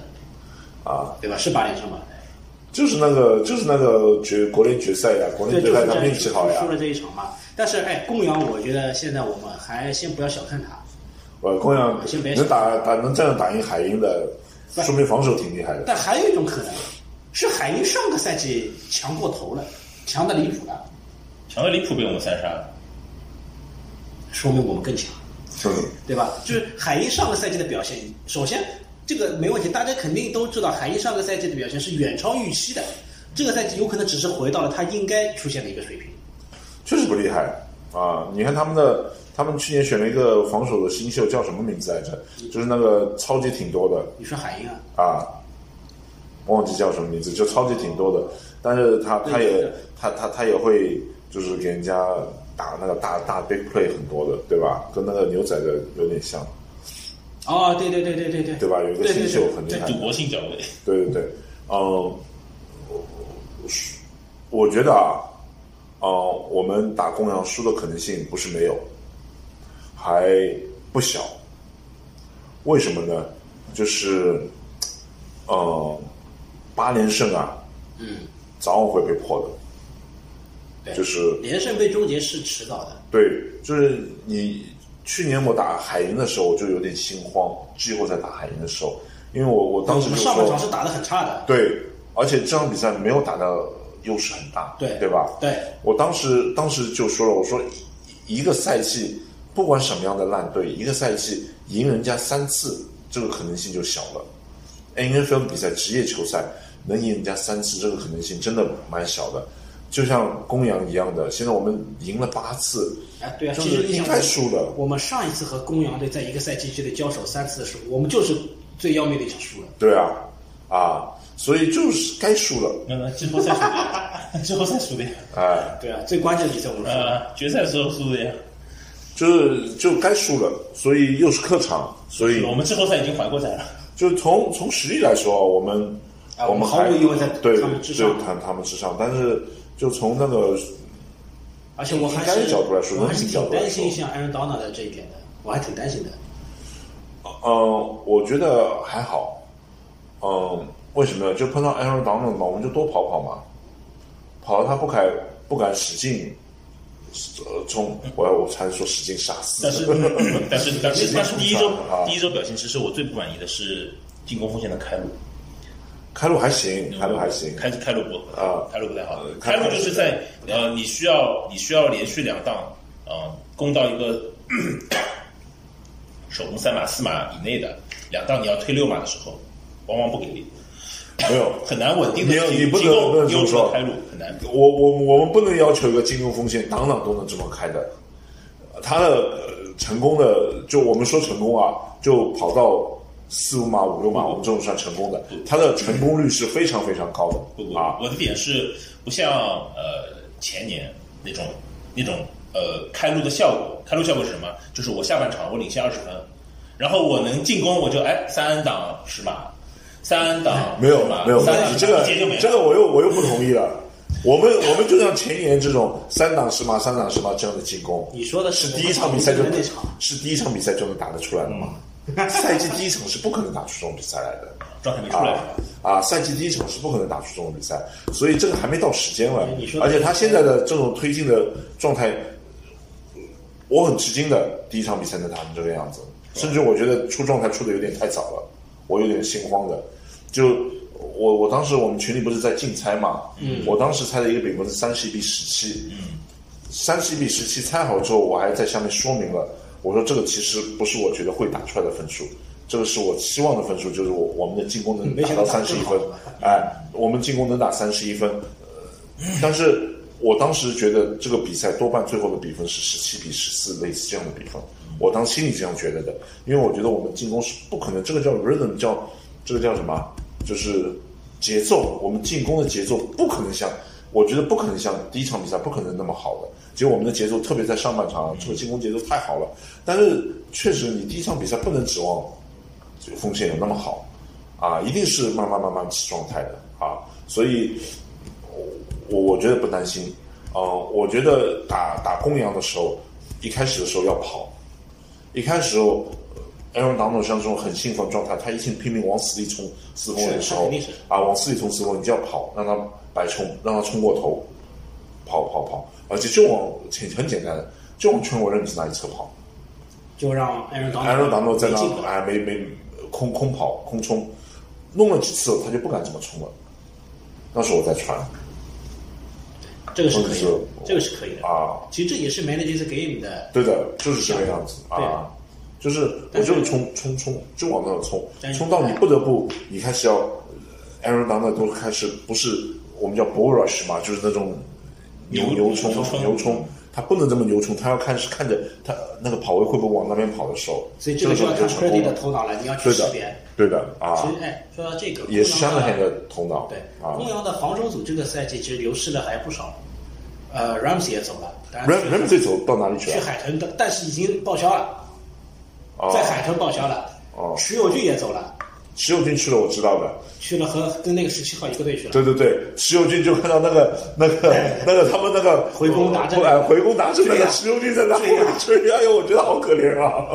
S3: 啊，
S2: 对吧？是八连胜吧？
S3: 就是那个就是那个决国联决赛呀，国
S2: 对，就
S3: 联决
S2: 是
S3: 赛
S2: 这
S3: 他
S2: 样
S3: 运气好呀
S2: 输，了这一场嘛。但是哎，公羊，我觉得现在我们还先不要小看他，
S3: 呃，公羊
S2: 先别
S3: 能打打能这样打赢海鹰的，说明防守挺厉害的。
S2: 但还有一种可能是海鹰上个赛季强过头了，强的离谱了，
S4: 强的离谱，被我们三杀。
S2: 说明我们更强，
S3: 说明嗯
S2: 对吧？就是海鹰上个赛季的表现，首先这个没问题，大家肯定都知道，海鹰上个赛季的表现是远超预期的，这个赛季有可能只是回到了他应该出现的一个水平。
S3: 确实不厉害啊！你看他们的，他们去年选了一个防守的新秀，叫什么名字来着？就是那个超级挺多的
S2: 你说海鹰啊，
S3: 啊，忘记叫什么名字，就超级挺多的。但是他他
S2: 对
S3: 也
S2: 对
S3: 他他他也会就是给人家打那个大大 big play 很多的，对吧？跟那个牛仔的有点像，
S2: 哦，对对对对对对，
S3: 对吧？有一个
S2: 对对
S3: 新
S2: 对
S3: 秀很厉
S4: 在
S3: 害，
S4: 赌博性角位，
S3: 对对对，嗯，我我觉得啊，呃，我们打公羊输的可能性不是没有，还不小。为什么呢？就是，呃，八连胜啊，
S2: 嗯，
S3: 早晚会被破的，
S2: 对
S3: 就是
S2: 连胜被终结是迟早的，
S3: 对，就是你去年我打海鹰的时候，我就有点心慌，季后赛打海鹰的时候，因为我我当时
S2: 我
S3: 就
S2: 们
S3: 说
S2: 上半场是打得很差的，
S3: 对，而且这场比赛没有打的优势很大，
S2: 对
S3: 对吧？
S2: 对，
S3: 我当时当时就说了，我说一一个赛季不管什么样的烂队，一个赛季赢人家三次，这个可能性就小了。N F L 比赛，职业球赛能赢人家三次，这个可能性真的蛮小的。就像公羊一样的，现在我们赢了八次，
S2: 哎，对啊，
S3: 就
S2: 其
S3: 是
S2: 实
S3: 应该输的。
S2: 我们上一次和公羊队在一个赛季之内交手三次的时候，我们就是最要命的一场输了。
S3: 对啊，啊，所以就是该输了，
S4: 那那季后赛输的呀， *laughs* 季后赛输的呀，
S3: 哎。
S2: 对啊，最关键的比赛我们输了。
S4: 呃，决赛的时候输的呀。
S3: 就是就该输了，所以又是客场，所以
S4: 我们季后赛已经缓过来了，
S3: 就从从实力来说啊，我们、
S2: 啊
S3: 我
S2: 我们毫
S3: 还
S2: 无疑问在
S3: 对
S2: 他们之上
S3: 对他他们之上，但是就从那个
S2: 而且我还
S3: 从应该
S2: 是
S3: 的角度来说
S2: 我还是
S3: 从
S2: 挺
S3: 角度来
S2: 担心
S3: 说
S2: 像 Aaron Donald 的这一点的，我还挺担心的。
S3: 呃，我觉得还好，嗯、为什么呢？就碰到 Aaron Donald 嘛，我们就多跑跑嘛，跑到他不敢不敢使劲，呃，从我我才说使劲杀死，
S4: *laughs* 但是嗯但是但是但是第一周
S3: 啊
S4: 第一周表现，其实我最不满意的是进攻锋线的开路，
S3: 开路还行，
S4: 嗯
S3: 开路还行，
S4: 开开路不
S3: 啊
S4: 开路不太好
S3: 呃，
S4: 开
S3: 开
S4: 路
S3: 路
S4: 就是在呃，你需要你需要连续两档，呃，攻到一个 *coughs* 手工三码四码以内的两档，你要推六码的时候，往往不给力，
S3: 没有
S4: 很难稳定的
S3: 你要你
S4: 进
S3: 不能
S4: 进
S3: 不能
S4: 攻
S3: 这么
S4: 优势
S3: 说
S4: 开路很难。
S3: 我我我们不能要求一个进攻锋线挡挡都能这么开的，他的、呃成功的就我们说成功啊，就跑到四五码五六码，我们这种算成功的，他的成功率是非常非常高
S4: 不
S3: 的
S4: 不
S3: 啊，。
S4: 我的点是不像呃前年那种那种呃开路的效果，开路效果是什么？就是我下半场我领先二十分，然后我能进攻，我就哎三档十码，三档
S3: 哎没有
S4: 10码
S3: 没有，
S4: 三档
S3: 你这个
S4: 一节就没了
S3: 这个我又我又不同意了。我们我们就像前年这种三档十码、三档十码这样的进攻，
S2: 你说的是
S3: 是第一场比赛就
S2: 我们那场，
S3: 是第一场比赛就能打得出来的吗？赛季第一场是不可能打出这种比赛来的。
S4: 状态没出来
S3: 啊。啊，赛季第一场是不可能打出这种比赛，所以这个还没到时间了
S2: 你说。的
S3: 而且他现在的这种推进的状态，我很吃惊的。第一场比赛能打成这个样子，甚至我觉得出状态出的有点太早了，我有点心慌的。就我我当时我们群里不是在竞猜嘛，嗯，我当时猜的一个比分是三十一比十七，嗯，三十一比十七猜好之后，我还在下面说明了，我说这个其实不是我觉得会打出来的分数，这个是我期望的分数，就是我我们的进攻能
S2: 没
S3: 达
S2: 想
S3: 到
S2: 到
S3: 三十一分，哎，我们进攻能打三十一分，呃但是我当时觉得这个比赛多半最后的比分是十七比十四，类似这样的比分，我当心里这样觉得的，因为我觉得我们进攻是不可能，这个叫 rhythm，叫这个叫什么，就是节奏，我们进攻的节奏不可能像，我觉得不可能像第一场比赛不可能那么好的。结果我们的节奏，特别在上半场，这个进攻节奏太好了。但是确实，你第一场比赛不能指望这个风险有那么好啊，一定是慢慢慢慢起状态的啊。所以，我我觉得不担心。嗯、我觉得打打公羊的时候，一开始的时候要跑，一开始我。呃 Aaron Donald 像这种很兴奋的状态，他一心拼命往死里冲四分卫的时
S2: 是他
S3: 候
S2: 肯定是，
S3: 啊，往死里冲四分卫，你就要跑，让他白冲，让他冲过头，跑跑跑，而且就往很很简单的，就往全国认知那一侧跑，
S2: 就让 Aaron Donald
S3: 安若达诺在
S2: 没进攻
S3: 那哎没没空空跑空冲，弄了几次他就不敢这么冲了。那时候我在传
S2: 这个是可以的
S3: 或者是，
S2: 这个是可以的。
S3: 啊，
S2: 其实这也是 Manager's Game 的，
S3: 对的，就是这个样子啊。就是我就冲冲冲，就往那儿冲，冲到你不得不，你开始要 a r o n d o w 都开始不是我们叫 bull rush 嘛，就是那种牛
S4: 牛
S3: 牛冲
S4: 牛冲
S3: 牛冲，他不能这么牛冲，他要看是看着他那个跑位会不会往那边跑的时候，
S2: 所以这个
S3: 时
S2: 就
S3: 候
S2: 要
S3: 你
S2: 看
S3: 成功
S2: Purdy 的
S3: 了。
S2: 头脑了，你要去
S3: 对
S2: 识
S3: 的
S2: 别。，
S3: 对的啊
S2: 其，实，哎，说到这个，
S3: 也是
S2: 公
S3: 相
S2: 羊
S3: 当
S2: 的
S3: 的头脑，
S2: 对，
S3: 啊
S2: 公羊的防守组这个赛季其实流失了还不少，呃，Rams 也走了当然
S3: ，Ram
S2: 去
S3: Ram 这走到哪里去啊
S2: 去
S3: 了？
S2: 海豚的，但是已经报销了，
S3: 啊，
S2: 在海豚报销了，
S3: 哦
S2: 徐友俊也走了，
S3: 石友军去了，我知道的。
S2: 去了和跟那个十七号一个队去了，
S3: 对对对，石友军就看到那
S2: *laughs*
S3: 个那个那个他们那个
S2: 回攻达阵
S3: 哎，回攻达阵那
S2: 对
S3: 个
S2: 呀
S3: 石友军在那后面追，哎呦，我觉得好可
S2: *laughs*
S3: 怜啊！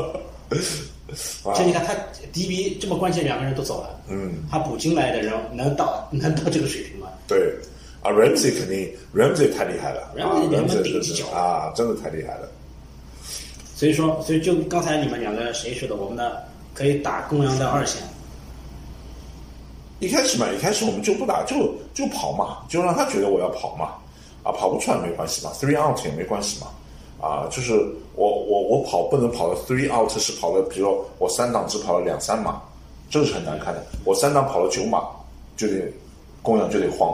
S3: 啊
S2: 这你看他迪比这么关键，两个人都走了，
S3: 嗯，
S2: 他补进来的人能到能到这个水平吗？
S3: 对啊，Ramsey 肯定 Ramsey 太厉害了
S2: Ramsey 联
S3: ，Ramsey
S2: 盟顶
S3: 真
S2: 级
S3: 是
S2: 角
S3: 啊，真的太厉害了。
S2: 所以说，所以就刚才你们两个谁说的，我们的可以打公羊的二线，
S3: 一开始嘛，一开始我们就不打，就就跑嘛，就让他觉得我要跑嘛，啊，跑不出来没关系嘛，three out 也没关系嘛，啊，就是我我我跑不能跑到 three out 是跑了，比如说我三档只跑了两三码，这个是很难看的，我三档跑了九码就得公羊就得慌，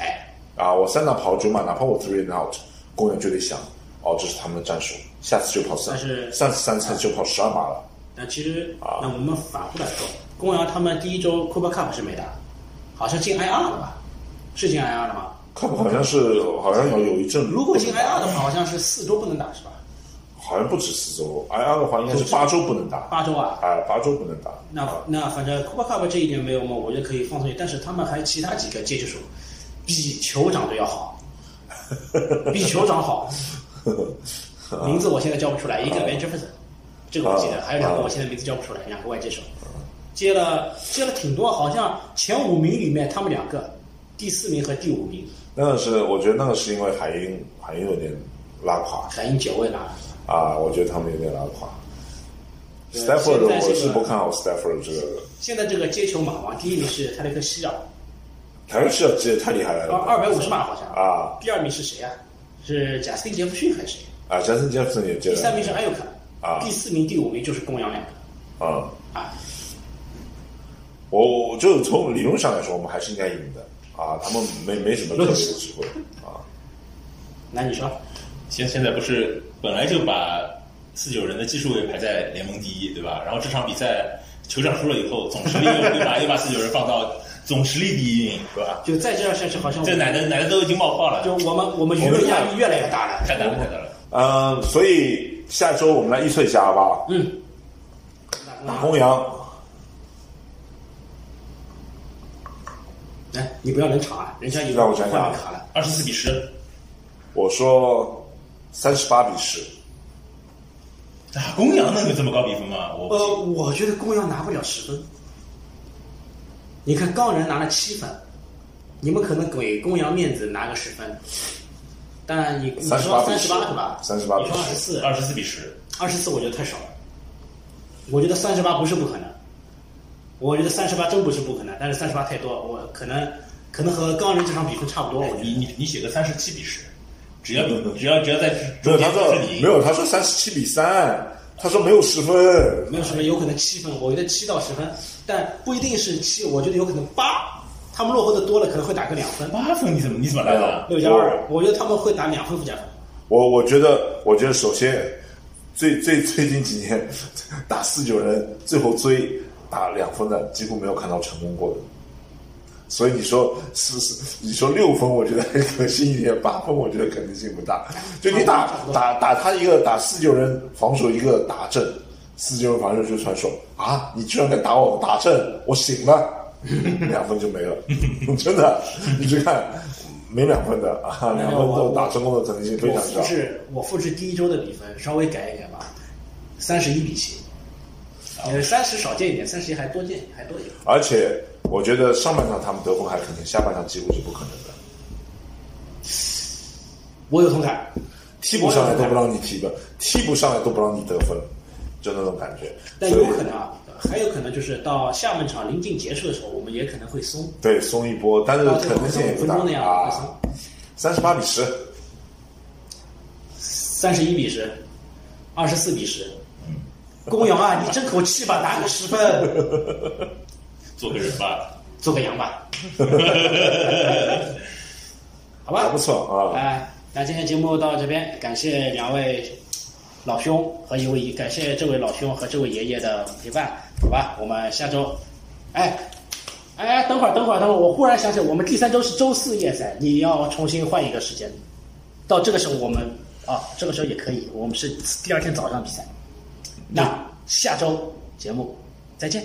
S2: 哎，
S3: 啊，我三档跑了九码，哪怕我 three and out，公羊就得想，哦，这是他们的战术，下次就跑三
S2: 但是，
S3: 上次三次就跑十二码了，
S2: 那其实，
S3: 啊
S2: 那我们反过来说，公羊他们第一周 Cooper Cup 是没打，好像进 IR 了吧？是进 IR 了吗？
S3: 看好像是好像有有一阵
S2: 如果进
S3: 不能
S2: IR 的话，好像是四周不能打是吧？
S3: 好像不止四周，IR 的话应该是八周不能打，
S2: 八周啊？
S3: 哎，八周不能打。啊
S2: 那那反正 Cooper Cup 这一点没有嘛，我觉得可以放松一点。但是他们还其他几个接球手比酋长队要好，比酋长
S3: *laughs*
S2: 好。名字我现在叫不出来，一个 Ben Jefferson，这个我记得，
S3: 啊
S2: 还有两个我现在名字叫不出来，两个外接手，接了接了挺多，好像前五名里面他们两个，第四名和第五名，
S3: 那个是，我觉得那个是因为海鹰，海鹰有点拉垮
S2: 海鹰解位了。
S3: 啊，我觉得他们有点拉垮。
S2: 对现
S3: Stafford
S2: 在这个
S3: 我是不看好 Stafford 这个，
S2: 现在这个接球马王第一名是泰勒克希尔，
S3: 凯瑞希尔这也太厉害了，
S2: 二二百五十码好像，
S3: 啊
S2: 第二名是谁啊？是贾斯汀杰弗逊还是谁？
S3: 啊，Jason Jefferson 也接
S2: 第
S3: 了，
S2: 三名是埃尤克，
S3: 啊
S2: 第四名、第五名就是公羊两个
S3: 啊，
S2: 啊。
S3: 我我就从理论上来说，我们还是应该赢的啊，他们没没什么特别的机会啊，
S2: 那你说，
S4: 现现在不是本来就把四九人的技术位排在联盟第一，对吧？然后这场比赛酋长输了以后，总实力又又把又把四九人放到总实力第一名，对吧？
S2: 就在这样下去，好像我
S4: 这奶奶奶奶都已经冒泡了，
S2: 就我们我们舆论压力越来越大了。
S4: 太难了，太难了。
S3: 嗯，所以下周我们来预测一下好不好？
S2: 嗯，
S3: 打公羊
S2: 来，你不要冷场啊，人家已经
S3: 让我想想啊
S2: 换卡了。
S4: 二十四比十，
S3: 我说三十八比十，
S4: 打公羊能有这么高比分吗？我不信
S2: 呃，我觉得公羊拿不了十分。你看钢人拿了七分，你们可能给公羊面子拿个十分，但你你
S3: 38
S2: 说
S3: 比
S2: 三
S3: 10
S2: 十八是吧？
S3: 38
S2: 你
S3: 比
S2: 说
S3: 10
S2: 二十四，
S4: 二十四比十，
S2: 二十四我觉得太少了。我觉得三十八不是不可能，我觉得三十八真不是不可能，但是三十八太多，我可能可能和钢人这场比分差不多，我觉
S4: 哎你
S2: 得。
S4: 你你写个三十七比十，只要只要只要在
S3: 没
S4: 中
S3: 有，
S4: 间
S3: 他
S4: 都
S3: 说
S4: 是你
S3: 没
S4: 赢，
S3: 有，他说三十七比三，他说没有十分，
S2: 没有什么，有可能七分，我觉得七到十分，但不一定是七，我觉得有可能八，他们落后的多了，可能会打个两分，
S4: 八分你怎么你怎么来的？
S2: 六加二，我觉得他们会打两分附加分。
S3: 我我觉得，我觉得首先最最最近几年 *laughs* 打四九人，最后追打两分的几乎没有看到成功过的。所以你说是是，你说六分，我觉得还可信一点；八分，我觉得可能性不大。就你打
S2: 差不多
S3: 打打他一个打四九人防守一个打阵，四九人防守就传说啊，你居然敢打我打阵，我醒了， *laughs* 两分就没了， *laughs* 真的，你去看没两分的啊，两分都打成功的可能性非
S2: 我
S3: 常小
S2: 复。制我复制第一周的比分，稍微改一改吧，三十一比七，呃，三十少见一点，三十一还多见还多一点。
S3: 而且我觉得上半场他们得分还可能，下半场几乎是不可能的。
S2: 我有同感，
S3: 替补上来都不让你踢的，替补上来都不让你得分，就那种感觉。
S2: 但
S3: 所
S2: 有
S3: 以
S2: 可能啊，还有可能就是到下半场临近结束的时候，我们也可能会松，
S3: 对松一波，但是
S2: 到最
S3: 可
S2: 后
S3: 能性也
S2: 五
S3: 不
S2: 分
S3: 大
S2: 钟那样会松
S3: 啊。。三十八比十，
S2: 三十一比十，二十四比十，公羊啊，你争口气吧，拿个十分，
S4: 做个人吧。
S2: 做个羊
S3: *laughs*
S2: 吧， *laughs* 好吧
S3: 还不，错啊。
S2: 哎，那今天节目到这边，感谢两位老兄和一位爷，感谢这位老兄和这位爷爷的陪伴，好吧，我们下周，哎。哎，等会儿，等会儿，等会儿！我忽然想起，我们第三周是周四夜赛，你要重新换一个时间。到这个时候，我们啊，这个时候也可以，我们是第二天早上比赛。那下周节目再见。